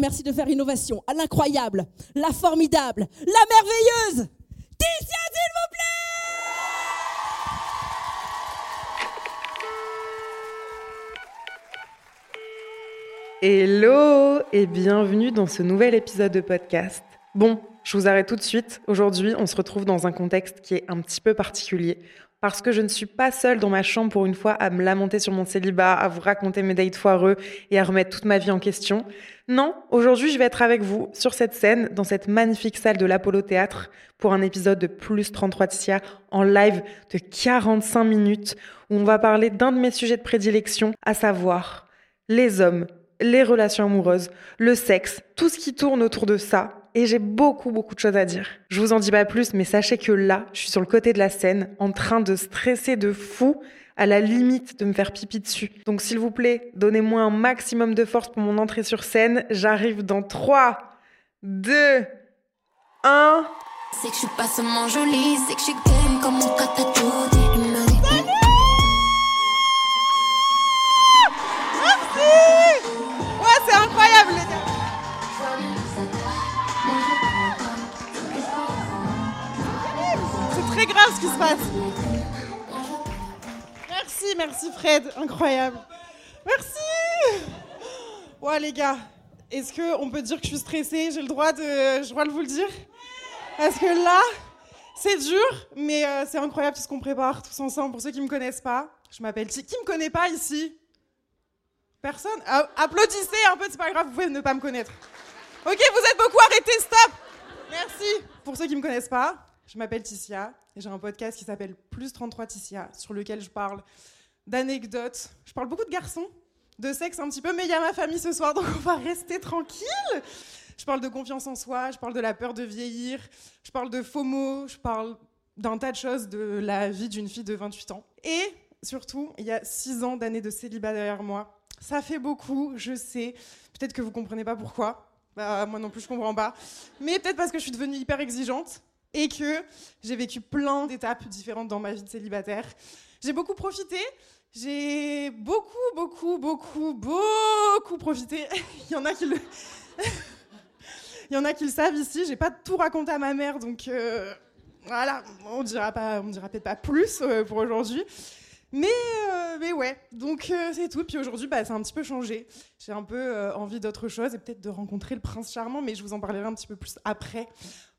Merci de faire innovation à l'incroyable, la formidable, la merveilleuse Ticia, s'il vous plaît Hello et bienvenue dans ce nouvel épisode de podcast. Bon, je vous arrête tout de suite. Aujourd'hui, on se retrouve dans un contexte qui est un petit peu particulier parce que je ne suis pas seule dans ma chambre pour une fois à me lamenter sur mon célibat, à vous raconter mes dates foireux et à remettre toute ma vie en question. Non, aujourd'hui, je vais être avec vous sur cette scène, dans cette magnifique salle de l'Apollo Théâtre, pour un épisode de Plus 33 Ticia en live de 45 minutes où on va parler d'un de mes sujets de prédilection, à savoir les hommes les relations amoureuses, le sexe, tout ce qui tourne autour de ça. Et j'ai beaucoup, beaucoup de choses à dire. Je vous en dis pas plus, mais sachez que là, je suis sur le côté de la scène, en train de stresser de fou, à la limite de me faire pipi dessus. Donc s'il vous plaît, donnez-moi un maximum de force pour mon entrée sur scène. J'arrive dans 3, 2, 1. C'est que je suis pas seulement jolie, c'est que je suis game comme mon catatou. Il me dit, Ouais, c'est incroyable, les gars. C'est très grave ce qui se passe. Merci, merci Fred, incroyable. Merci. Ouais, les gars, est-ce que on peut dire que je suis stressée J'ai le droit de, Euh, je dois le vous le dire. Parce que là, c'est dur, mais euh, c'est incroyable tout ce qu'on prépare tous ensemble. Pour ceux qui me connaissent pas, je m'appelle. Ti- Qui me connaît pas ici Personne Ah, Applaudissez un peu, c'est pas grave, vous pouvez ne pas me connaître. Ok, vous êtes beaucoup arrêtés, stop Merci Pour ceux qui me connaissent pas, je m'appelle Ticia et j'ai un podcast qui s'appelle Plus 33 Ticia, sur lequel je parle d'anecdotes. Je parle beaucoup de garçons, de sexe un petit peu, mais il y a ma famille ce soir, donc on va rester tranquille Je parle de confiance en soi, je parle de la peur de vieillir, je parle de FOMO, je parle d'un tas de choses de la vie d'une fille de 28 ans. Et surtout, il y a 6 ans d'années de célibat derrière moi. Ça fait beaucoup, je sais. Peut-être que vous comprenez pas pourquoi. Bah, moi non plus, je comprends pas. Mais peut-être parce que je suis devenue hyper exigeante et que j'ai vécu plein d'étapes différentes dans ma vie de célibataire. J'ai beaucoup profité. J'ai beaucoup, beaucoup, beaucoup, beaucoup profité. il y en a qui le... il y en a qui le savent ici. J'ai pas tout raconté à ma mère, donc euh, voilà, on dira pas, on dira peut-être pas plus euh, pour aujourd'hui. Mais, euh, mais ouais, donc euh, c'est tout. Puis aujourd'hui, bah, c'est un petit peu changé. J'ai un peu euh, envie d'autre chose et peut-être de rencontrer le prince charmant, mais je vous en parlerai un petit peu plus après.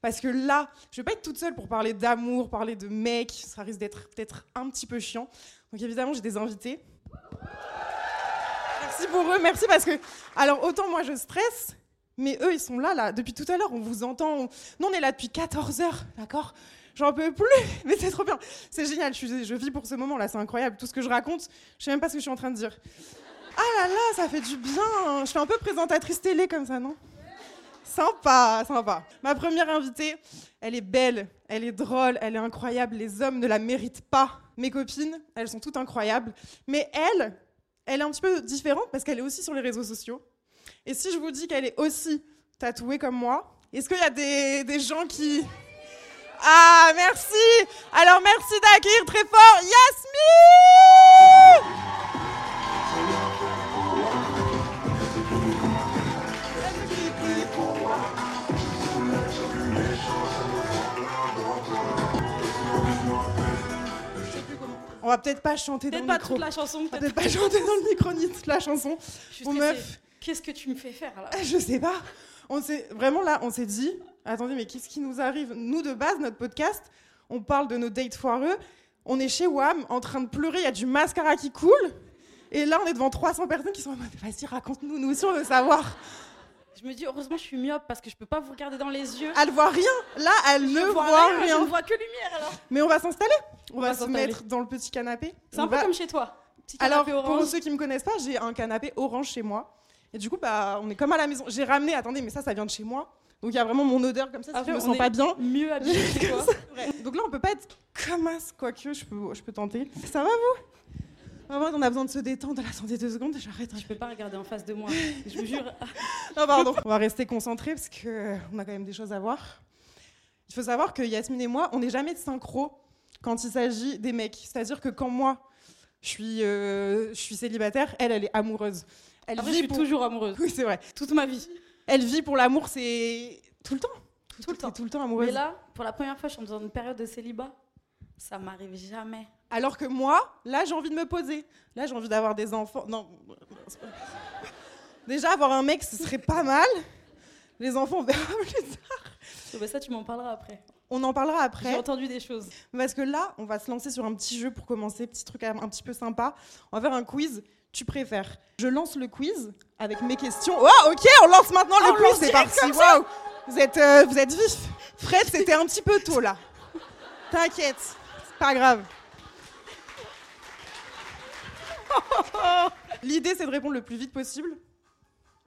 Parce que là, je vais pas être toute seule pour parler d'amour, parler de mec. Ça risque d'être peut-être un petit peu chiant. Donc évidemment, j'ai des invités. Merci pour eux, merci parce que. Alors autant moi je stresse, mais eux ils sont là, là. Depuis tout à l'heure, on vous entend. on- Nous on est là depuis 14 heures, d'accord J'en peux plus, mais c'est trop bien. C'est génial, je, suis- je vis pour ce moment là, c'est incroyable. Tout ce que je raconte, je sais même pas ce que je suis en train de dire. Ah là là, ça fait du bien. Je suis un peu présentatrice télé comme ça, non Sympa, sympa. Ma première invitée, elle est belle, elle est drôle, elle est incroyable. Les hommes ne la méritent pas. Mes copines, elles sont toutes incroyables. Mais elle, elle est un petit peu différente parce qu'elle est aussi sur les réseaux sociaux. Et si je vous dis qu'elle est aussi tatouée comme moi, est-ce qu'il y a des, des gens qui... Ah, merci Alors, merci d'accueillir très fort Yasmine On va peut-être pas chanter dans Peut-être le pas micro. toute la chanson, On va peut-être peut-être pas chanter dans le micro ni toute la chanson. Je suis Bon, stressée. meuf. Qu'est-ce que tu me fais faire là Je sais pas. On s'est vraiment là, on s'est dit, attendez, mais qu'est-ce qui nous arrive Nous de base, notre podcast, on parle de nos dates foireux. On est chez Wam, en train de pleurer. Il y a du mascara qui coule. Et là, on est devant 300 personnes qui sont en mode, vas-y, raconte-nous, nous aussi, on veut savoir. Je me dis heureusement je suis myope parce que je peux pas vous regarder dans les yeux. Elle voit rien. Là, elle je Ah, ne voit, rien, rien. Je ne vois que lumière alors. Mais on va s'installer. On, On va, va se s'installer. mettre dans le petit canapé. C'est On un peu va- comme chez toi. Petit Bah, Alors, canapé pour orange. ceux qui me connaissent pas, j'ai un canapé orange chez moi. Et du coup, bah, on est comme à la maison. J'ai ramené, attendez, mais ça, ça vient de chez moi. Donc, il y a vraiment mon odeur comme ça, si Après, Ah, je me Ah, on sens est pas bien. Mieux habillé que toi. Donc là, on peut pas être comme as, quoique je peux, je peux tenter. Ça va, vous Maman, on a besoin de se détendre. Là, attendez deux secondes, j'arrête. Je peux pas regarder en face de moi. Je vous jure. Ah, Non, pardon. On va rester concentrés parce que euh, on a quand même des choses à voir. Il faut savoir que Yasmine et moi, on n'est jamais de synchro quand il s'agit des mecs. C'est-à-dire que quand moi, je suis, euh, je suis célibataire, elle, elle est amoureuse. Elle Après, je suis pour- toujours amoureuse. Oui, c'est vrai. Toute ma vie. Elle vit pour l'amour, c'est tout le temps. Tout, le t'es temps. Tout le temps Mais amoureuse. là, pour la première fois, je suis dans une période de célibat. Ça m'arrive jamais. Alors que moi, là, j'ai envie de me poser. Là, j'ai envie d'avoir des enfants. Non. c'est pas- Déjà, avoir un mec, ce serait pas mal. Les enfants, on verra plus tard. Oh, bah, ça, tu m'en parleras après. On en parlera J'ai après. entendu des choses. Parce que là, on va se lancer sur un petit jeu pour commencer, petit truc un un petit peu sympa. On va faire un quiz. Tu préfères Je lance le quiz avec mes questions. Oh, ok, on lance maintenant le Ah, On quiz, lance c'est direct parti. comme ça. Waouh, vous êtes, euh, vous êtes vif. Fred, c'était un petit peu tôt là. T'inquiète, c'est pas grave. L'idée, c'est de répondre le plus vite possible.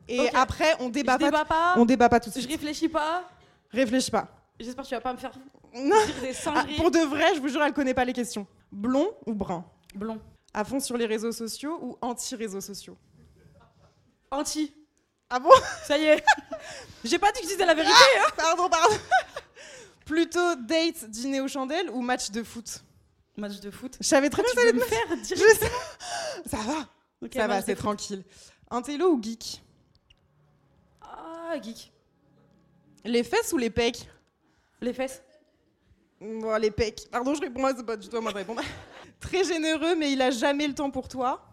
Et Ok. après, on débat je pas. débat pas. Eh bah, On débat pas tout de Je suite. réfléchis pas. Réfléchis pas. J'espère que tu vas pas me faire Non. dire des Ah, singeries. pour de vrai, je vous jure, elle connaît pas les questions. Blond ou brun Blond. à fond sur les réseaux sociaux ou anti-réseaux sociaux Anti. Ah bon Ça y est. J'ai pas dit que je disais la vérité. hein. Pardon, pardon Plutôt date, dîner aux chandelles ou match de foot Match de foot. Je savais très bien Tu que ça allait veux te me faire dire Je sais. Ça va, Ok, ça va, match de c'est foot. tranquille. Intello ou geek Ah, geek. Les fesses ou les pecs Les fesses. Bon, Les pecs. Pardon, je réponds, moi, c'est pas du tout à moi de répondre. très généreux, mais il a jamais le temps pour toi.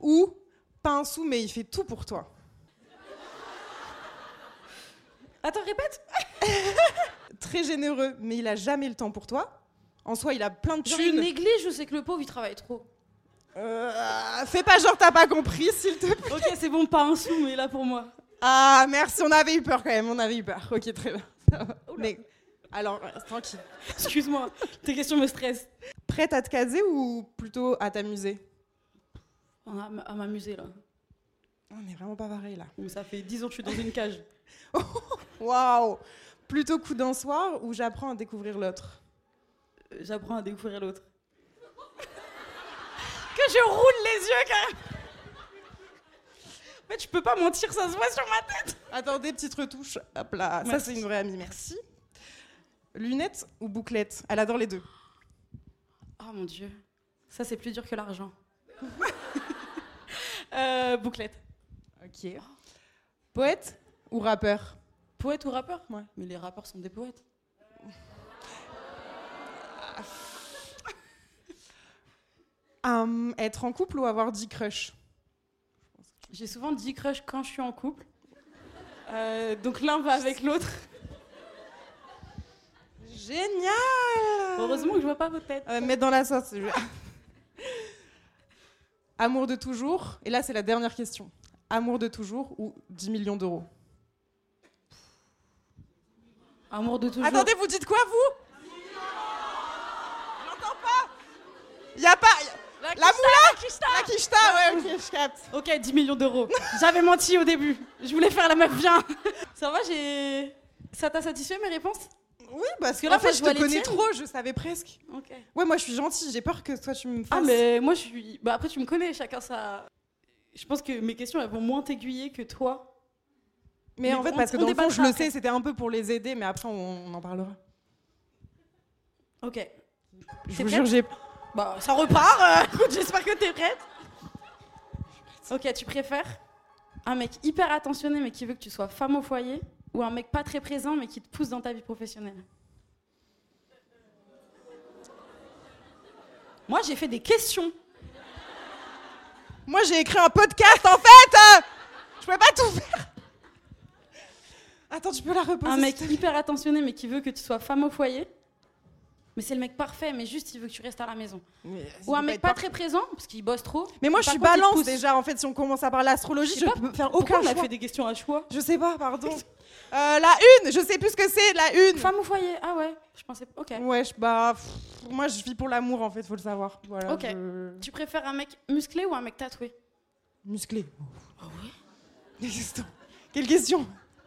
Ou pas un sou, mais il fait tout pour toi. Attends, répète. Très généreux, mais il a jamais le temps pour toi. En soi, il a plein de Genre, il thunes. néglige ou c'est que le pauvre, il travaille trop Euh, fais pas genre t'as pas compris, s'il te plaît. Ok, c'est bon, pas un sou, mais là pour moi. Ah, merci, on avait eu peur quand même, on avait eu peur. Ok, très bien. Ça va. Mais alors, reste tranquille. Excuse-moi, tes questions me stressent. Prête à te caser ou plutôt à t'amuser On a à m'amuser là. On est vraiment pas pareil là. Mais ça fait 10 ans que je suis dans une cage. Waouh Plutôt coup d'un soir ou j'apprends à découvrir l'autre Euh, J'apprends à découvrir l'autre. que je roule les yeux carrément. En fait, je peux pas mentir, ça se voit sur ma tête. Attendez, petite retouche. Hop là, ça Merci. c'est une vraie amie, merci. Lunettes ou bouclettes Elle adore les deux. Oh mon dieu, ça c'est plus dur que l'argent. Euh, bouclette. Ok. Poète ou rappeur Poète ou rappeur Ouais. Mais les rappeurs sont des poètes. Hum, Être en couple ou avoir 10 crushs J'ai souvent dit crush quand je suis en couple. Euh, donc l'un va avec l'autre. Génial Heureusement que je vois pas votre tête. Euh, mettre dans la sauce. je- Amour de toujours. Et là, c'est la dernière question. Amour de toujours ou 10 millions d'euros Amour de toujours. Attendez, vous dites quoi, vous J'entends pas Il a pas... y a- La moula La quicheta Ouais, ok, je capte. Ok, 10 millions d'euros. J'avais menti au début. Je voulais faire la meuf bien. Ça va, j'ai. Ça t'a satisfait mes réponses Oui, parce que là, là, en fait, moi, je je vois te les connais tiennes. trop, je savais presque. Ok. Ouais, moi, je suis gentille, j'ai peur que toi, tu me fasses... Ah, mais moi je suis. Bah après, tu me connais, chacun ça. Je pense que mes questions elles vont moins t'aiguiller que toi. Mais en mais fait, on- parce que on dans le fond, je débattra le après. sais, c'était un peu pour les aider, mais après, on, on en parlera. Ok. Je T'es vous jure, prête j'ai... Bah ça repart. euh, Écoute, j'espère que t'es prête. Ok, tu préfères un mec hyper attentionné mais qui veut que tu sois femme au foyer ou un mec pas très présent mais qui te pousse dans ta vie professionnelle Moi j'ai fait des questions. Moi, j'ai écrit un podcast, en fait euh, Je pouvais pas tout faire Attends, tu peux la reposer Un s'il mec te plaît hyper attentionné mais qui veut que tu sois femme au foyer Mais c'est le mec parfait, mais juste il veut que tu restes à la maison. Mais, Ou un il mec peut pas être très présent, parce qu'il bosse trop. Mais moi, Par je suis contre, il te balance pousse. déjà, en fait, si on commence à parler astrologie, Je je, sais peux faire Pourquoi aucun on a choix. fait des questions à choix Je sais pas, pardon. Euh, la une, je sais plus ce que c'est, la une. Femme au foyer, ah ouais, je pensais. Ok. Ouais, je, bah, pff, moi, je vis pour l'amour, en fait, faut le savoir. Voilà, Ok. je- Tu préfères un mec musclé ou un mec tatoué Musclé. Ah ouais Quelle question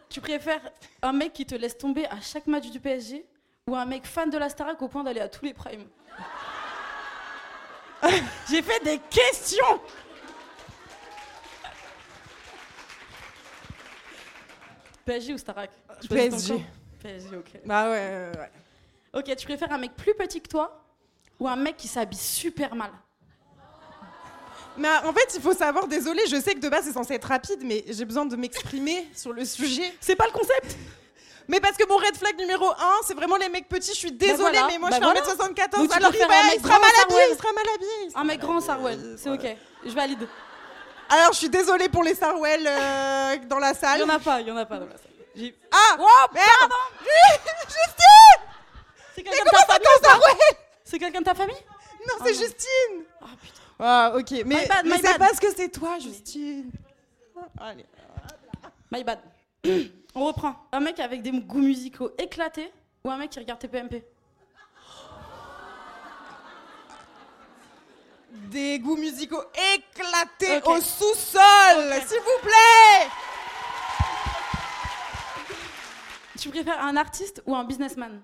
Tu préfères un mec qui te laisse tomber à chaque match du PSG ou un mec fan de la Starac au point d'aller à tous les primes J'ai fait des questions PSG ou Starac Choisis PSG. ton camp. PSG, ok. Bah ouais, ouais, ouais. Ok, tu préfères un mec plus petit que toi ou un mec qui s'habille super mal Mais euh, en fait, il faut savoir, désolé, je sais que de base c'est censé être rapide, mais j'ai besoin de m'exprimer sur le sujet. C'est pas le concept Mais parce que mon red flag numéro 1, c'est vraiment les mecs petits, je suis désolée, voilà, mais moi bah voilà. je suis 1m74, Donc tu alors il, préfères va- un mec il sera mal grand, ça, habillé, ouais. il sera mal habillé. il sera- Un mec grand, Sarwell, c'est ok. Je valide. Alors je suis désolée pour les Sarwell euh, dans la Il salle. y en a pas, il y en a pas dans la salle. J'ai- Ah Oh, Merde Justine C'est Mais quelqu'un de comment ta ça famille quand Sarwell C'est quelqu'un de ta famille Non, c'est non. Justine Ah putain. Ah, ok, mais, My bad, mais my c'est bad. parce que c'est toi, Justine. Allez. My bad. On reprend. Un mec avec des goûts musicaux éclatés ou un mec qui regarde TPMP Des goûts musicaux éclatés Ok. au sous-sol, Ok. s'il vous plaît Tu préfères un artiste ou un businessman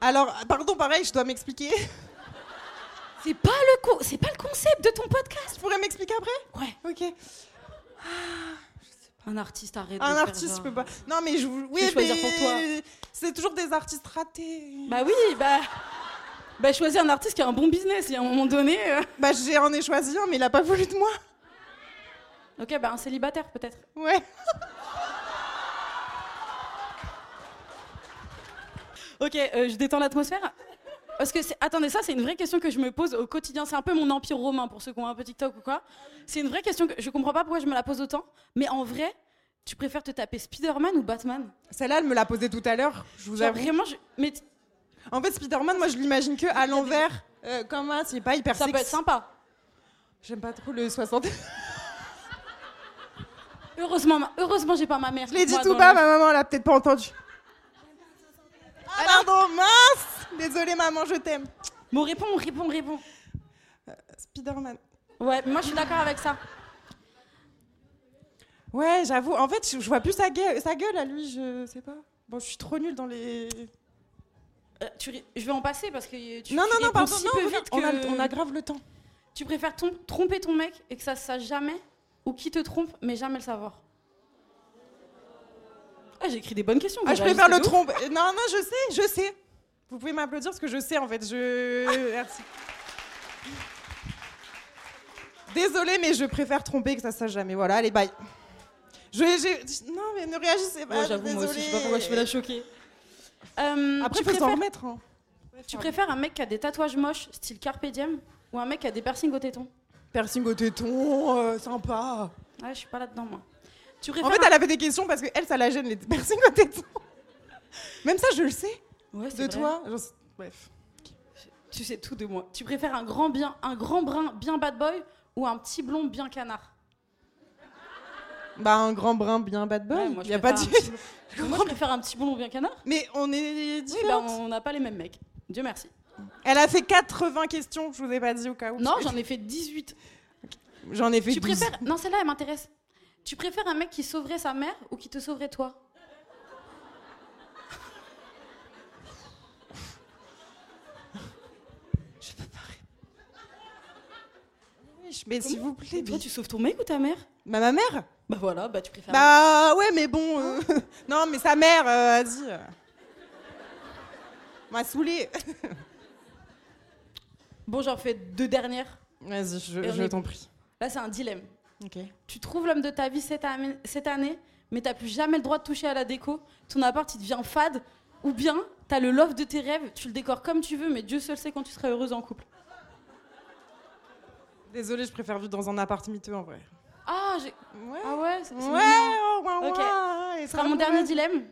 Alors, pardon, pareil, je dois m'expliquer. C'est pas le co- c'est pas le concept de ton podcast. Tu pourrais m'expliquer après Ouais. Ok. Un artiste arrête. de Un faire artiste, genre. je peux pas. Non, mais je vous. Oui, Fais choisir mais- pour toi. C'est toujours des artistes ratés. Bah oui, bah bah choisis un artiste qui a un bon business et à un moment donné. euh. Bah, j'ai en ai choisi un, mais il a pas voulu de moi. Ok, bah un célibataire peut-être. Ouais. Ok, euh, je détends l'atmosphère. Parce que, c'est- attendez, ça, c'est une vraie question que je me pose au quotidien. C'est un peu mon empire romain pour ceux qui ont un peu TikTok ou quoi. C'est une vraie question que je comprends pas pourquoi je me la pose autant. Mais en vrai, tu préfères te taper Spider-Man ou Batman Celle-là, elle me l'a posée tout à l'heure, je vous Genre, avoue. vraiment, je- mais t- En fait, Spider-Man, moi, je l'imagine que à l'envers. Euh, comme un, c'est pas hyper ça peut sexy. être sympa. J'aime pas trop le 60. Heureusement, ma- heureusement j'ai pas ma mère. Je l'ai dit moi, tout dans bas, le- ma maman, elle a peut-être pas entendu. Ah, pardon, mince Désolée, maman, je t'aime. Bon, réponds, réponds, réponds. Spider-Man. Ouais, moi, je suis d'accord avec ça. Ouais, j'avoue. En fait, je, je vois plus sa gueule, sa gueule à lui, je sais pas. Bon, je suis trop nulle dans les. Euh, tu ré- Je vais en passer parce que tu, non, tu non, non, réponds pardon. si non, peu reviens, vite on, a, que- on a grave le temps. Tu préfères tom- tromper ton mec et que ça se sache jamais ou qui te trompe mais jamais le savoir Ah, j'ai écrit des bonnes questions. Ah, je Gabriel, préfère le c'est de ouf. trompe. Euh, Non, non, je sais, je sais. Vous pouvez m'applaudir parce que je sais en fait. Je. Merci. Désolée, mais je préfère tromper que ça se sache jamais. Voilà, allez, bye. Je, j'ai- Non, mais ne réagissez pas. Ouais, j'avoue, moi aussi, je sais pas pourquoi je suis désolée. la choquée. Euh, Après, tu, faut s'en préfères, remettre. hein. tu préfères un mec qui a des tatouages moches, style Carpe Diem, ou un mec qui a des piercings au téton Piercing au téton, euh, sympa. Ouais, je suis pas là-dedans, moi. Tu préfères En fait, elle avait des questions parce que elle, ça la gêne, les piercings au téton. Même ça, je le sais. un- Ouais, c'est De vrai. toi. j'en sais- Bref. Tu sais tout de moi. Tu préfères un grand, bien, un grand brun bien bad boy ou un petit blond bien canard Bah, un grand brin bien bad boy. Ouais, moi, je Il y a pas de. préfère un petit- Moi, je préfère un petit blond bien canard. Mais on est Oui, bah, différentes. on n'a pas les mêmes mecs. Dieu merci. Elle a fait 80 questions, je vous ai pas dit au cas où. Non, j'en ai fait 18. j'en ai fait Tu 12. préfères. Non, celle-là, elle m'intéresse. Tu préfères un mec qui sauverait sa mère ou qui te sauverait toi Mais s'il vous plaît, Toi, mais- tu sauves ton mec ou ta mère Bah, ma mère Bah voilà, bah tu préfères. Bah ouais, mais bon. euh, non, mais sa mère, euh, vas-y. euh. M'a saoulée. Bon, j'en fais deux dernières. Vas-y, je, Et on je est- t'en prie. Là, c'est un dilemme. Ok. Tu trouves l'homme de ta vie cette, am- cette année, mais t'as plus jamais le droit de toucher à la déco. Ton appart, il devient fade. Ou bien, t'as le love de tes rêves, tu le décores comme tu veux, mais Dieu seul sait quand tu seras heureuse en couple. Désolée, je préfère vivre dans un appart miteux en vrai. Ah, j'ai- Ouais. ah ouais, c'est- Ouais, c'est mignon. oh, ouah, Ok. ouah, et Ce ça sera va, mon dernier ouais. dilemme.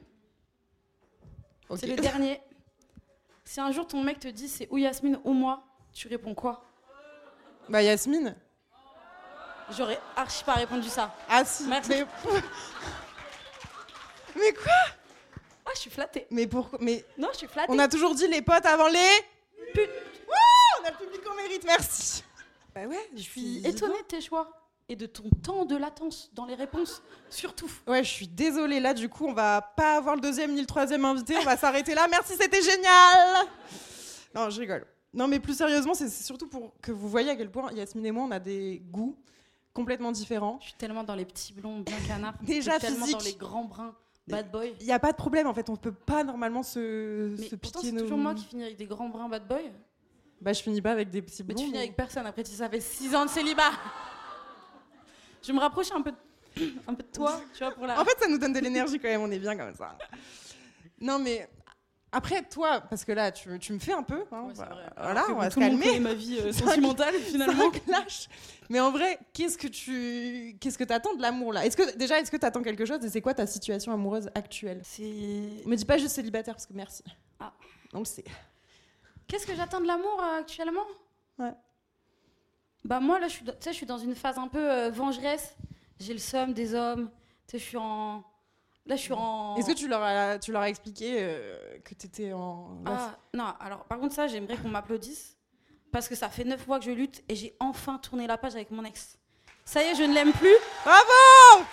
C'est le dernier. Si un jour ton mec te dit c'est ou Yasmine ou moi, tu réponds quoi Bah Yasmine. J'aurais archi pas répondu ça. Ah si. Merci. Mais... mais quoi Ah, je suis flattée. Mais pourquoi Mais Non, je suis flattée. on a toujours dit les potes avant les. Pute. Wouh, on a le public qu'on mérite. Merci. Bah ouais. Je suis étonnée de tes choix et de ton temps de latence dans les réponses, surtout. Ouais, je suis désolée. Là, du coup, on va pas avoir le deuxième ni le troisième invité. On va s'arrêter là. Merci, c'était génial. Non, je rigole. Non, mais plus sérieusement, c'est c'est surtout pour que vous voyez à quel point Yasmine et moi, on a des goûts complètement différents. Je suis tellement dans les petits blonds, bien canards. Déjà Je suis tellement physique. dans les grands bruns, bad boy. Il n'y a pas de problème, en fait. On peut pas normalement se, Mais se pourtant, piquer c'est nos... toujours moi qui finis avec des grands bruns, bad boy. Bah, je finis pas avec des petits Mais blonds. tu finis avec personne après, tu sais, ça fait 6 ans de célibat. Je me rapproche un peu, de- un peu de toi, tu vois, pour la. En fait, ça nous donne de l'énergie quand même, on est bien comme ça. Non, mais après, toi, parce que là, tu, tu me fais un peu. hein, Ouais, c'est bah, vrai. Voilà, Alors que on bon, va se tout le monde calmer. connaît ma vie euh, Ça- sentimentale, finalement. Ça clash. Mais en vrai, qu'est-ce que tu qu'est-ce que t'attends de l'amour là Est-ce que déjà est-ce que t'attends quelque chose et c'est quoi ta situation amoureuse actuelle C'est. Me dis pas juste célibataire parce que merci. Ah. On le sait. Qu'est-ce que j'attends de l'amour euh, actuellement Ouais. Bah moi là, je suis, dans- tu sais, je suis dans une phase un peu euh, vengeresse. J'ai le somme des hommes. Tu sais, je suis en. Là, je suis en. Est-ce que tu leur as tu leur as expliqué euh, que t'étais en Ah non, alors par contre ça, j'aimerais qu'on m'applaudisse parce que ça fait neuf mois que je lutte et j'ai enfin tourné la page avec mon ex. Ça y est, je ne l'aime plus. bravo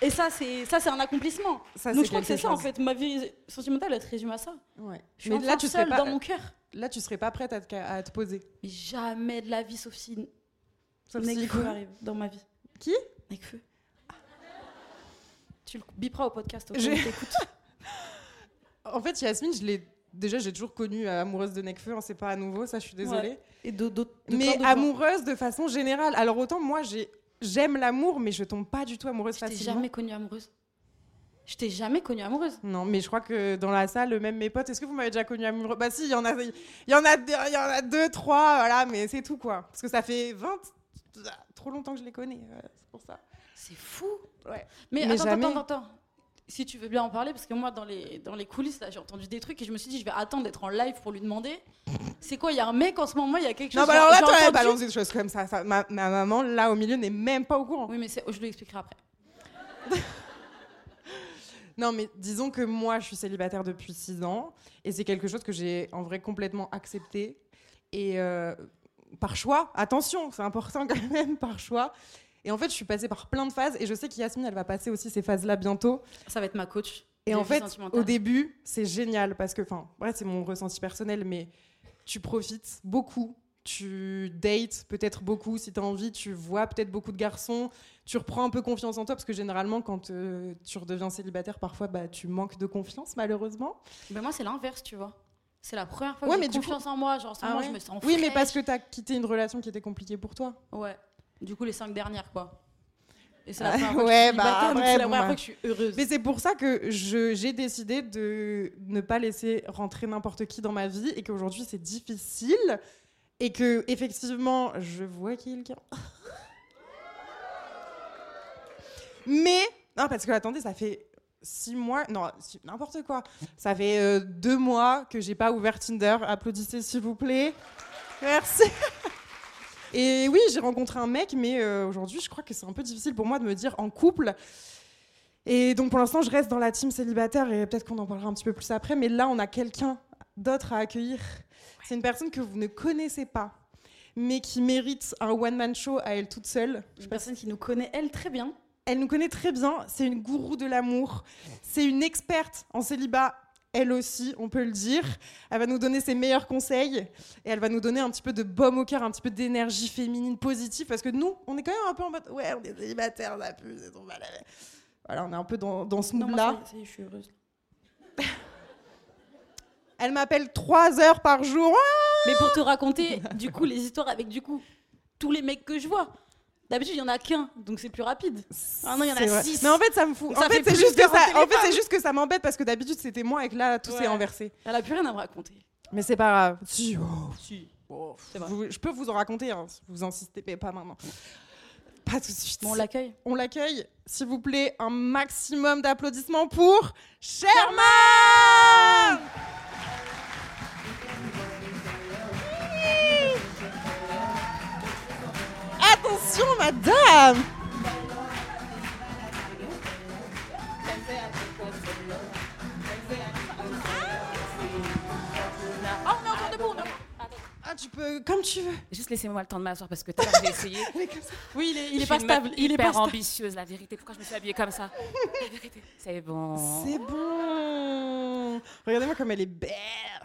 Et ça, c'est ça, c'est un accomplissement. Ça, Donc c'est je crois que c'est quelque ça en chose. fait. Ma vie sentimentale, elle se résume à ça. Ouais. Je suis Mais enfin là tu serais seule pas dans mon cœur. là tu serais pas prête à te, ca- à te poser. Mais jamais de la vie, sauf si Sauf si- Nekfeu arrive dans ma vie. Qui Nekfeu. Ah. Tu le biperas au podcast. ok, J'ai- on t'écoute. En fait, Yasmine, je l'ai déjà j'ai toujours connue euh, amoureuse de Nekfeu, hein, c'est pas à nouveau, ça je suis désolée. Ouais. Et d'au- d'autres. de plein mais d'autres gens. amoureuse de façon générale. Alors autant moi j'ai j'aime l'amour mais je tombe pas du tout amoureuse Je t'ai facilement. jamais connue amoureuse. Je t'ai jamais connue amoureuse. Non, mais je crois que dans la salle, même mes potes, est-ce que vous m'avez déjà connu amoureux Bah si, il y en a il y en a deux, il y en a deux, trois, voilà, mais c'est tout quoi. Parce que ça fait 20 trop longtemps que je les connais, euh, c'est pour ça. C'est fou. Ouais. Mais, Mais attends, jamais. attends, attends, attends. Si tu veux bien en parler, parce que moi, dans les, dans les coulisses, là, j'ai entendu des trucs et je me suis dit, je vais attendre d'être en live pour lui demander. C'est quoi Il y a un mec en ce moment, il y a quelque Non, chose. bah alors là, j'ai toi, elle entendu. balance des choses comme ça. ça- ma, ma maman, là, au milieu, n'est même pas au courant. Oui, mais c'est- je lui expliquerai après. Non, mais disons que moi, je suis célibataire depuis 6 ans, et c'est quelque chose que j'ai en vrai complètement accepté. Et euh, par choix, attention, c'est important quand même, par choix. Et en fait, je suis passée par plein de phases, et je sais qu'Yasmine, elle va passer aussi ces phases-là bientôt. Ça va être ma coach. Et de en vie fait, sentimentale. au début, c'est génial parce que, enfin, bref, c'est mon ressenti personnel, mais tu profites beaucoup. Tu dates peut-être beaucoup si tu as envie, tu vois peut-être beaucoup de garçons, tu reprends un peu confiance en toi parce que généralement, quand euh, tu redeviens célibataire, parfois bah, tu manques de confiance malheureusement. Mais moi, c'est l'inverse, tu vois. C'est la première fois Ouais, que mais j'ai du Ah confiance en moi. Genre, en ce moment, je me sens oui, mais fraîche. parce que tu as quitté une relation qui était compliquée pour toi. Ouais. Du coup, les cinq dernières, quoi. Et c'est Ah, la première fois que ouais, je suis bah, célibataire, donc après, c'est la bon, première bah. fois que je suis heureuse. Mais c'est pour ça que je- j'ai décidé de ne pas laisser rentrer n'importe qui dans ma vie et qu'aujourd'hui c'est difficile et que effectivement je vois quelqu'un. Mais non parce que attendez ça fait six mois non six- n'importe quoi ça fait euh, deux mois que j'ai pas ouvert Tinder applaudissez s'il vous plaît merci. Et oui, j'ai rencontré un mec, mais euh, aujourd'hui, je crois que c'est un peu difficile pour moi de me dire en couple, et donc pour l'instant, je reste dans la team célibataire et peut-être qu'on en parlera un petit peu plus après. Mais là, on a quelqu'un d'autre à accueillir. C'est une personne que vous ne connaissez pas, mais qui mérite un one-man show à elle toute seule. Une personne qui nous connaît, elle, très bien. Elle nous connaît très bien, c'est une gourou de l'amour, c'est une experte en célibat, elle aussi, on peut le dire. Elle va nous donner ses meilleurs conseils et elle va nous donner un petit peu de baume au cœur, un petit peu d'énergie féminine positive parce que nous, on est quand même un peu en mode ouais, on est célibataire, la pue, c'est ton mal. Voilà, on est un peu dans, dans ce Non, moi, mood-là. ça y est, ça y est, je suis heureuse. Elle m'appelle trois heures par jour. Ah Mais pour te raconter, du coup, les histoires avec, du coup, tous les mecs que je vois. D'habitude, il y en a qu'un, donc c'est plus rapide. Ah non, il y en a C'est vrai. six. Mais en fait, ça me fout. Donc en ça fait, c'est fait plus juste, que qu'un ça- en téléphone. fait, c'est juste que ça m'embête parce que d'habitude, c'était moi et que là, tout s'est Ouais. inversé. Elle a plus rien à me raconter. Mais c'est pas grave. Si, oh, Si. oh, C'est vrai. vous- je peux vous en raconter hein, si vous insistez, mais pas maintenant. Pas tout de suite. Bon, on l'accueille. On l'accueille. S'il vous plaît, un maximum d'applaudissements pour Sherman Oui. Attention, madame Ah, on est encore debout, on est encore- Ah, tu peux, comme tu veux. Juste laissez-moi le temps de m'asseoir parce que tout à l'heure, j'ai essayé. Oui, il est, il Je est suis pas une meuf stable. Il est pas hyper stable. ambitieuse, la vérité. Pourquoi je me suis habillée comme ça La vérité. C'est bon. C'est Oh. bon Regardez-moi comme elle est belle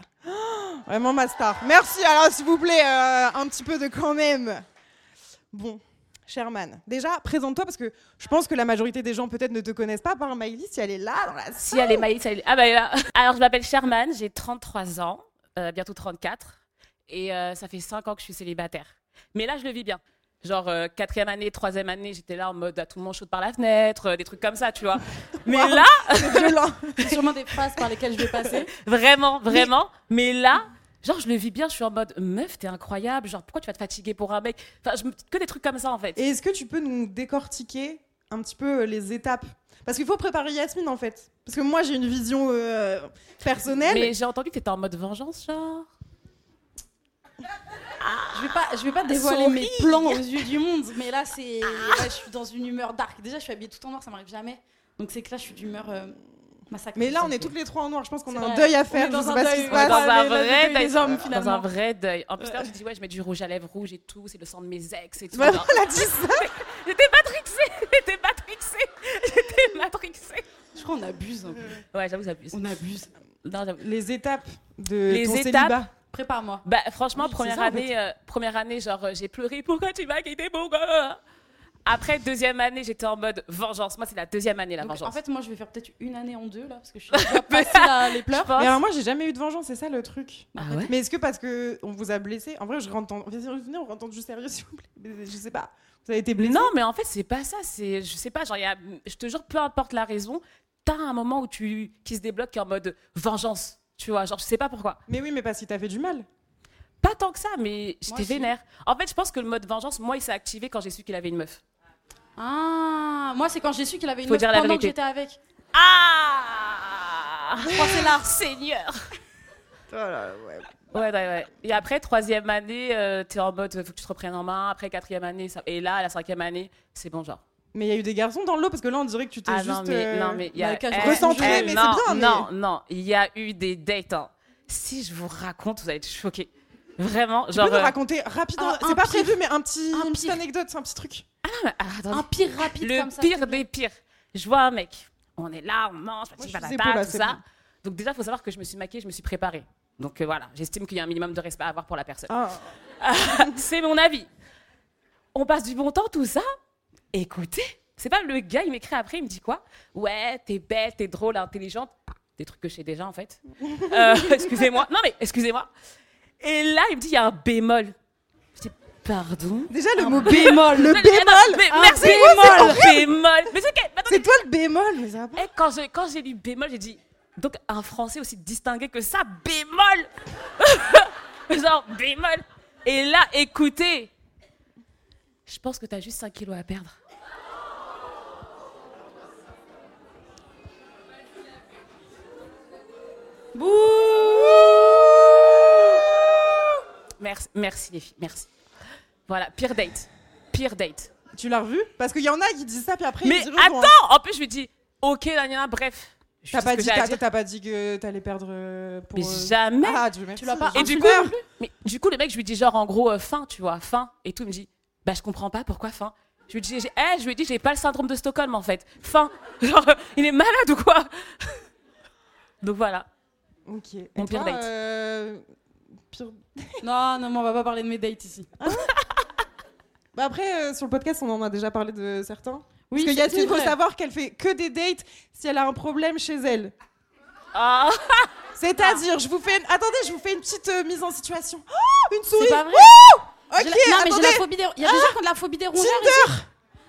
Ah, Vraiment ma star. Merci, alors s'il vous plaît, euh, un petit peu de quand même. Bon, Sherman, déjà, présente-toi parce que je pense que la majorité des gens peut-être ne te connaissent pas par Maïlis, si elle est là dans la Si elle est maïs, elle est- Ah bah elle est là. Alors je m'appelle Sherman, j'ai 33 ans, euh, bientôt 34, et euh, ça fait 5 ans que je suis célibataire. Mais là je le vis bien. Genre euh, quatrième année, troisième année, j'étais là en mode à tout le monde chaude par la fenêtre, euh, des trucs comme ça, tu vois. Mais là, violent. sûrement des phrases par lesquelles je vais passer. vraiment, vraiment. Mais là, genre je le vis bien. Je suis en mode meuf, t'es incroyable. Genre pourquoi tu vas te fatiguer pour un mec Enfin je me- que des trucs comme ça en fait. Et est-ce que tu peux nous décortiquer un petit peu euh, les étapes Parce qu'il faut préparer Yasmine en fait. Parce que moi j'ai une vision euh, personnelle. Mais j'ai entendu que t'étais en mode vengeance, genre. Je vais pas, je vais pas dévoiler mes plans aux yeux du monde, mais là c'est, ouais, je suis dans une humeur dark. Déjà, je suis habillée tout en noir, ça m'arrive jamais. Donc c'est que là, je suis d'humeur euh, massacre. Mais là on est toutes les trois en noir, je pense qu'on C'est a un vrai. deuil à On faire, est je dans sais un pas ce qui deuil, se ouais. passe. dans la- un la vrai vie des deuil, hommes, Dans un finalement. vrai deuil. En plus, tard, j'ai dit, ouais, je mets du rouge à lèvres rouge et tout, c'est le sang de mes ex et tout. Vraiment, Genre, elle a dit ça. J'étais matrixée, j'étais matrixée, j'étais matrixée. Je crois qu'on abuse. un peu. Ouais, j'avoue, ça abuse. On abuse. Non, j'avoue. Les étapes de Les ton étapes. célibat. Prépare-moi. Bah, franchement, Oui, c'est première, ça, en fait. année, euh, première année, genre, euh, j'ai pleuré, pourquoi tu m'as quitté, pourquoi Après, deuxième année, j'étais en mode vengeance. Moi, c'est la deuxième année, la Donc, vengeance. en fait, moi, je vais faire peut-être une année en deux là, parce que je suis déjà passée à les pleurs. Je pense- Mais alors moi j'ai jamais eu de vengeance, c'est ça le truc. Ah ouais Mais est-ce que parce que on vous a blessé En vrai, je rentre en... Venez, on rentre en du sérieux s'il vous plaît. Mais Je sais pas. Vous avez été blessé Non, mais en fait, c'est pas ça. C'est, je sais pas, genre, il y a- je te jure, peu importe la raison, t'as un moment où tu, qui se débloque en mode vengeance. Tu vois, genre, je sais pas pourquoi. Mais oui, mais parce qu'il t'a fait du mal. Pas tant que ça, Moi mais j'étais aussi. vénère. En fait, je pense que le mode vengeance, moi, il s'est activé quand j'ai su qu'il avait une meuf. Ah, moi c'est quand j'ai su qu'il avait une Faut meuf dire la pendant que j'étais vérité. avec. Ah c'est là, Seigneur Ouais, ouais, ouais. Et après, troisième année, euh, t'es en mode, faut que tu te reprennes en main. Après, quatrième année, ça... et là, la cinquième année, c'est bon, genre. Mais il y a eu des garçons dans l'eau parce que là on dirait que tu t'es Ah juste. non, mais, euh, non, mais il y a. Malika, je eh, ressens eh, plus, mais c'est non, bien, mais- Non, non, il y a eu des dates. hein. Si je vous raconte, vous allez être choqués. Vraiment, Tu genre. peux nous euh, raconter rapidement, un- c'est un pas pire. prévu, mais un petit, Un une petite pire. anecdote, c'est un petit truc. ah, mais- ah, attendez. Un pire rapide comme le ça. pire des pires. Je vois un mec. On est là, on mange, Moi, je patati suis patata, épaule, là, tout c'est ça. bon. Donc déjà, il faut savoir que je me suis maquillée, je me suis préparée. Donc euh, voilà, j'estime qu'il y a un minimum de respect à avoir pour la personne. Ah, C'est mon avis. On passe du bon temps, tout ça. Écoutez, c'est pas le gars, il m'écrit après, il me dit quoi Ouais, t'es belle, t'es drôle, intelligente. Des trucs que je sais déjà, en fait. Euh, excusez-moi. Non, mais excusez-moi. Et là, il me dit, il y a un bémol. Je dis, pardon déjà le mot bémol, le bémol. Mais Ah, merci, c'est moi, c'est bémol horrible. Bémol Mais c'est ok, attendez. C'est toi le bémol, mais ça va pas. Eh, quand j'ai quand j'ai lu bémol, j'ai dit donc un français aussi distingué que ça, bémol. Genre bémol. Et là, écoutez, je pense que t'as juste 5 kilos à perdre. Bouh Merci, merci les filles, merci. Voilà, pire date, pire date. Tu l'as revu Parce qu'il y en a qui disent ça, puis après Mais ils disent attends, en plus je lui dis, ok, Daniela, bref. Je T'as fais ce pas, que dit- j'ai à t'as- dire. t'as pas dit que t'allais perdre euh, pour. Mais euh, jamais. Ah, Dieu merci. l'as pas et du coup, mais du coup, le mec, je lui dis genre en gros euh, fin, tu vois, fin et tout. Il me dit, bah je comprends pas pourquoi fin. Je lui dis, j'ai- eh, je lui ai dit, j'ai pas le syndrome de Stockholm en fait. Fin, genre, euh, il est malade ou quoi Donc voilà. Ok. Et Mon pire toi, date. euh, pire- Non, non, mais on va pas parler de mes dates ici. Bah après, euh, sur le podcast, on en a déjà parlé de certains. Parce Oui, que c'est- Yasmine, c'est il faut vrai. savoir qu'elle fait que des dates si elle a un problème chez elle. Ah, C'est-à-dire, je vous fais. une- Attendez, je vous fais une petite euh, mise en situation. Oh, une souris C'est pas vrai. Ok, J'ai la- Non, mais j'ai la attendez. phobie des. Il y a des gens qui ont de la phobie des rongeurs. Tinder ici.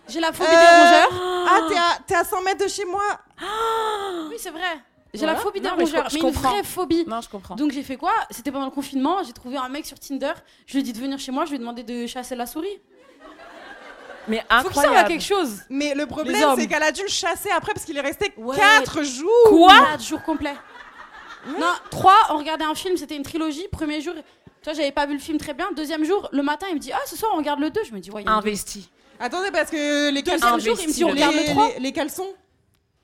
J'ai la phobie Euh, des rongeurs. Ah, t'es à, t'es à 100 mètres de chez moi. Oui, c'est vrai. J'ai Voilà. la phobie des Non, mais je rongeurs. com- je Mais une comprends. vraie phobie. non, je comprends. Donc j'ai fait quoi C'était pendant le confinement, j'ai trouvé un mec sur Tinder, je lui ai dit de venir chez moi, je lui ai demandé de chasser la souris. Mais Faut qu'il serve à incroyable. quelque chose. Mais le Les problème, hommes. c'est qu'elle a dû le chasser après parce qu'il est resté Ouais. 4 jours. Quoi Quatre jours complets. Non, trois, on regardait un film, c'était une trilogie. Premier jour, tu vois, j'avais pas vu le film très bien. Deuxième jour, le matin, il me dit Ah, ce soir, on regarde le 2. Je me dis Ouais, il y a un deux. Investi. Attendez, parce que les Deuxième caleçons. jour, il me dit Investi, On le les, regarde le 3. les- les caleçons.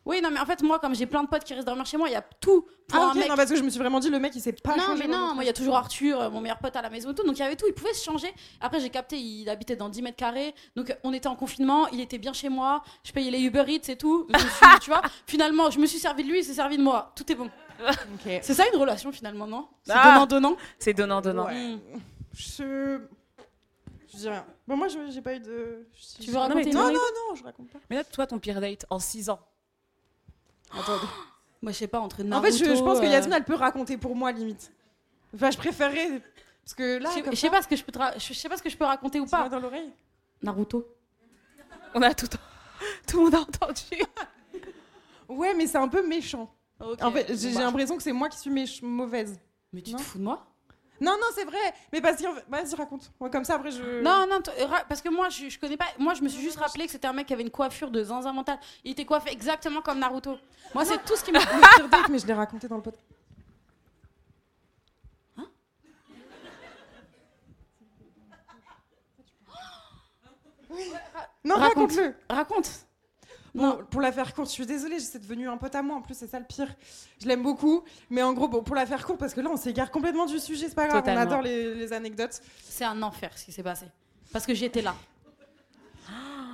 Oui, non, mais en fait, moi, comme j'ai plein de potes qui restent dormir chez moi, il y a tout pour Ah, un ok, mec. non, parce que je me suis vraiment dit, le mec, il sait pas non, changer mais dans non, le moi, il y a toujours Arthur, euh, mon meilleur pote à la maison et tout. Donc, il y avait tout. Il pouvait se changer. Après, j'ai capté, il habitait dans 10 mètres carrés. Donc, euh, on était en confinement. Il était bien chez moi. Je payais les Uber Eats et tout. Je me suis- tu vois, finalement, je me suis servi de lui, il s'est servi de moi. Tout est bon. truc. C'est ça une relation, finalement, non C'est Ah. donnant-donnant. C'est donnant, donnant. Ouais. Hmm. Je. Je dis rien. Bon, moi, je- j'ai pas eu de. je- Tu je- veux mais raconter une non, anecdote Non, non, non, je raconte pas. Mais là, toi, ton pire date en 6 ans. Attendez. Moi, je sais pas, entre En Naruto... fait, je, je pense que euh, Yasmine, elle peut raconter pour moi, limite. Enfin, je préférerais. Parce que là, euh, je sais- comme je sais pas ce que je peux te ra- je sais pas ce que je peux raconter ou ça, pas. dans l'oreille. Naruto. On a tout, tout le monde a entendu. Ouais, mais c'est un peu méchant. En fait, j'ai j'ai Bah, l'impression que c'est moi qui suis méch- mauvaise. Mais tu Non. te fous de moi Non, non, c'est vrai. Mais parce que. Vas-y, raconte. Ouais, comme ça, après, je. Non, non, toi, ra- parce que moi, je, je connais pas. Moi, je me suis juste rappelé que c'était un mec qui avait une coiffure de zinzin mental. Il était coiffé exactement comme Naruto. Moi, c'est tout ce qui m'a. Le pire date, mais je l'ai raconté dans le podcast. Hein Non, Raconte. raconte-le. Raconte Bon, Non. pour la faire courte, je suis désolée, c'est devenu un pote à moi en plus, c'est ça le pire. Je l'aime beaucoup, mais en gros, bon, pour la faire courte, parce que là, on s'égare complètement du sujet, c'est pas grave, Totalement. on adore les, les anecdotes. C'est un enfer ce qui s'est passé. Parce que j'étais là.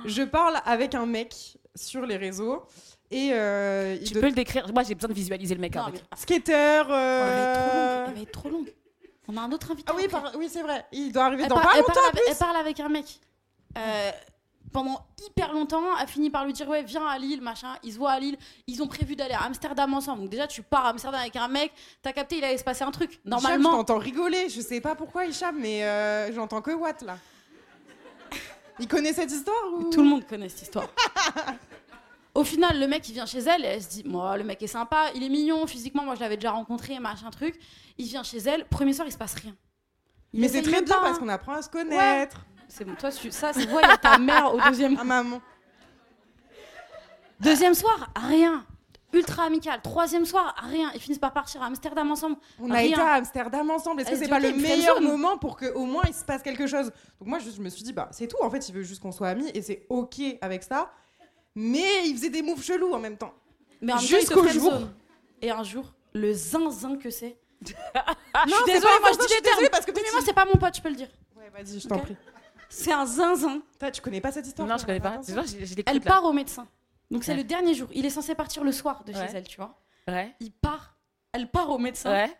Je parle avec un mec sur les réseaux et euh, il Tu de- peux le décrire Moi, j'ai besoin de visualiser le mec Non, avec. mais- skater. Oh, elle va être trop euh, longue. Elle va être trop longue. On a un autre invité. Ah oui, après. par- oui, c'est vrai. Il doit arriver Elle, dans par- pas elle longtemps. parle avec, elle parle avec un mec. Euh, pendant hyper longtemps, a fini par lui dire ouais viens à Lille machin. Ils se voient à Lille. Ils ont prévu d'aller à Amsterdam ensemble. Donc déjà tu pars à Amsterdam avec un mec. T'as capté il allait se passer un truc. Hicham, je Normalement. t'entends rigoler, je sais pas pourquoi Hicham, mais euh, j'entends que Watt là. Il connaît cette histoire ou Tout le monde connaît cette histoire. Au final, le mec, il vient chez elle et elle se dit Moi, le mec est sympa, il est mignon, physiquement, moi je l'avais déjà rencontré, machin truc. Il vient chez elle, premier soir, il se passe rien. Il Mais c'est essaye très même bien pas, parce hein. qu'on apprend à se connaître. C'est bon, toi, tu, ça, c'est voyez ta mère au deuxième Ah maman. Deuxième soir, rien. Ultra amical. Troisième soir, rien. Ils finissent par partir à Amsterdam ensemble. On a Rien. été à Amsterdam ensemble. Est-ce que Elle c'est dit, pas ok, le une friend meilleur zone. moment pour que au moins il se passe quelque chose Donc moi juste, je me suis dit bah c'est tout. En fait, il veut juste qu'on soit amis et c'est ok avec ça. Mais il faisait des moves chelous en même temps. Mais en même temps, Jusqu'au ils te jour. friendzone. Et un jour, le zinzin que c'est. je suis désolée, moi, je dis des termes. parce que Oui, toi, mais tu- moi, c'est pas mon pote, je peux le dire. Ouais, vas-y, je t'en Ok. prie. C'est un zinzin. Putain, tu connais pas cette histoire Non, je connais pas. Tu Attention. vois, je, je l'écoute, Elle là. part au médecin. Donc, c'est Ouais. le dernier jour. Il est censé partir le soir de chez Ouais. elle, tu vois. Ouais. Il part. Elle part au médecin. Ouais.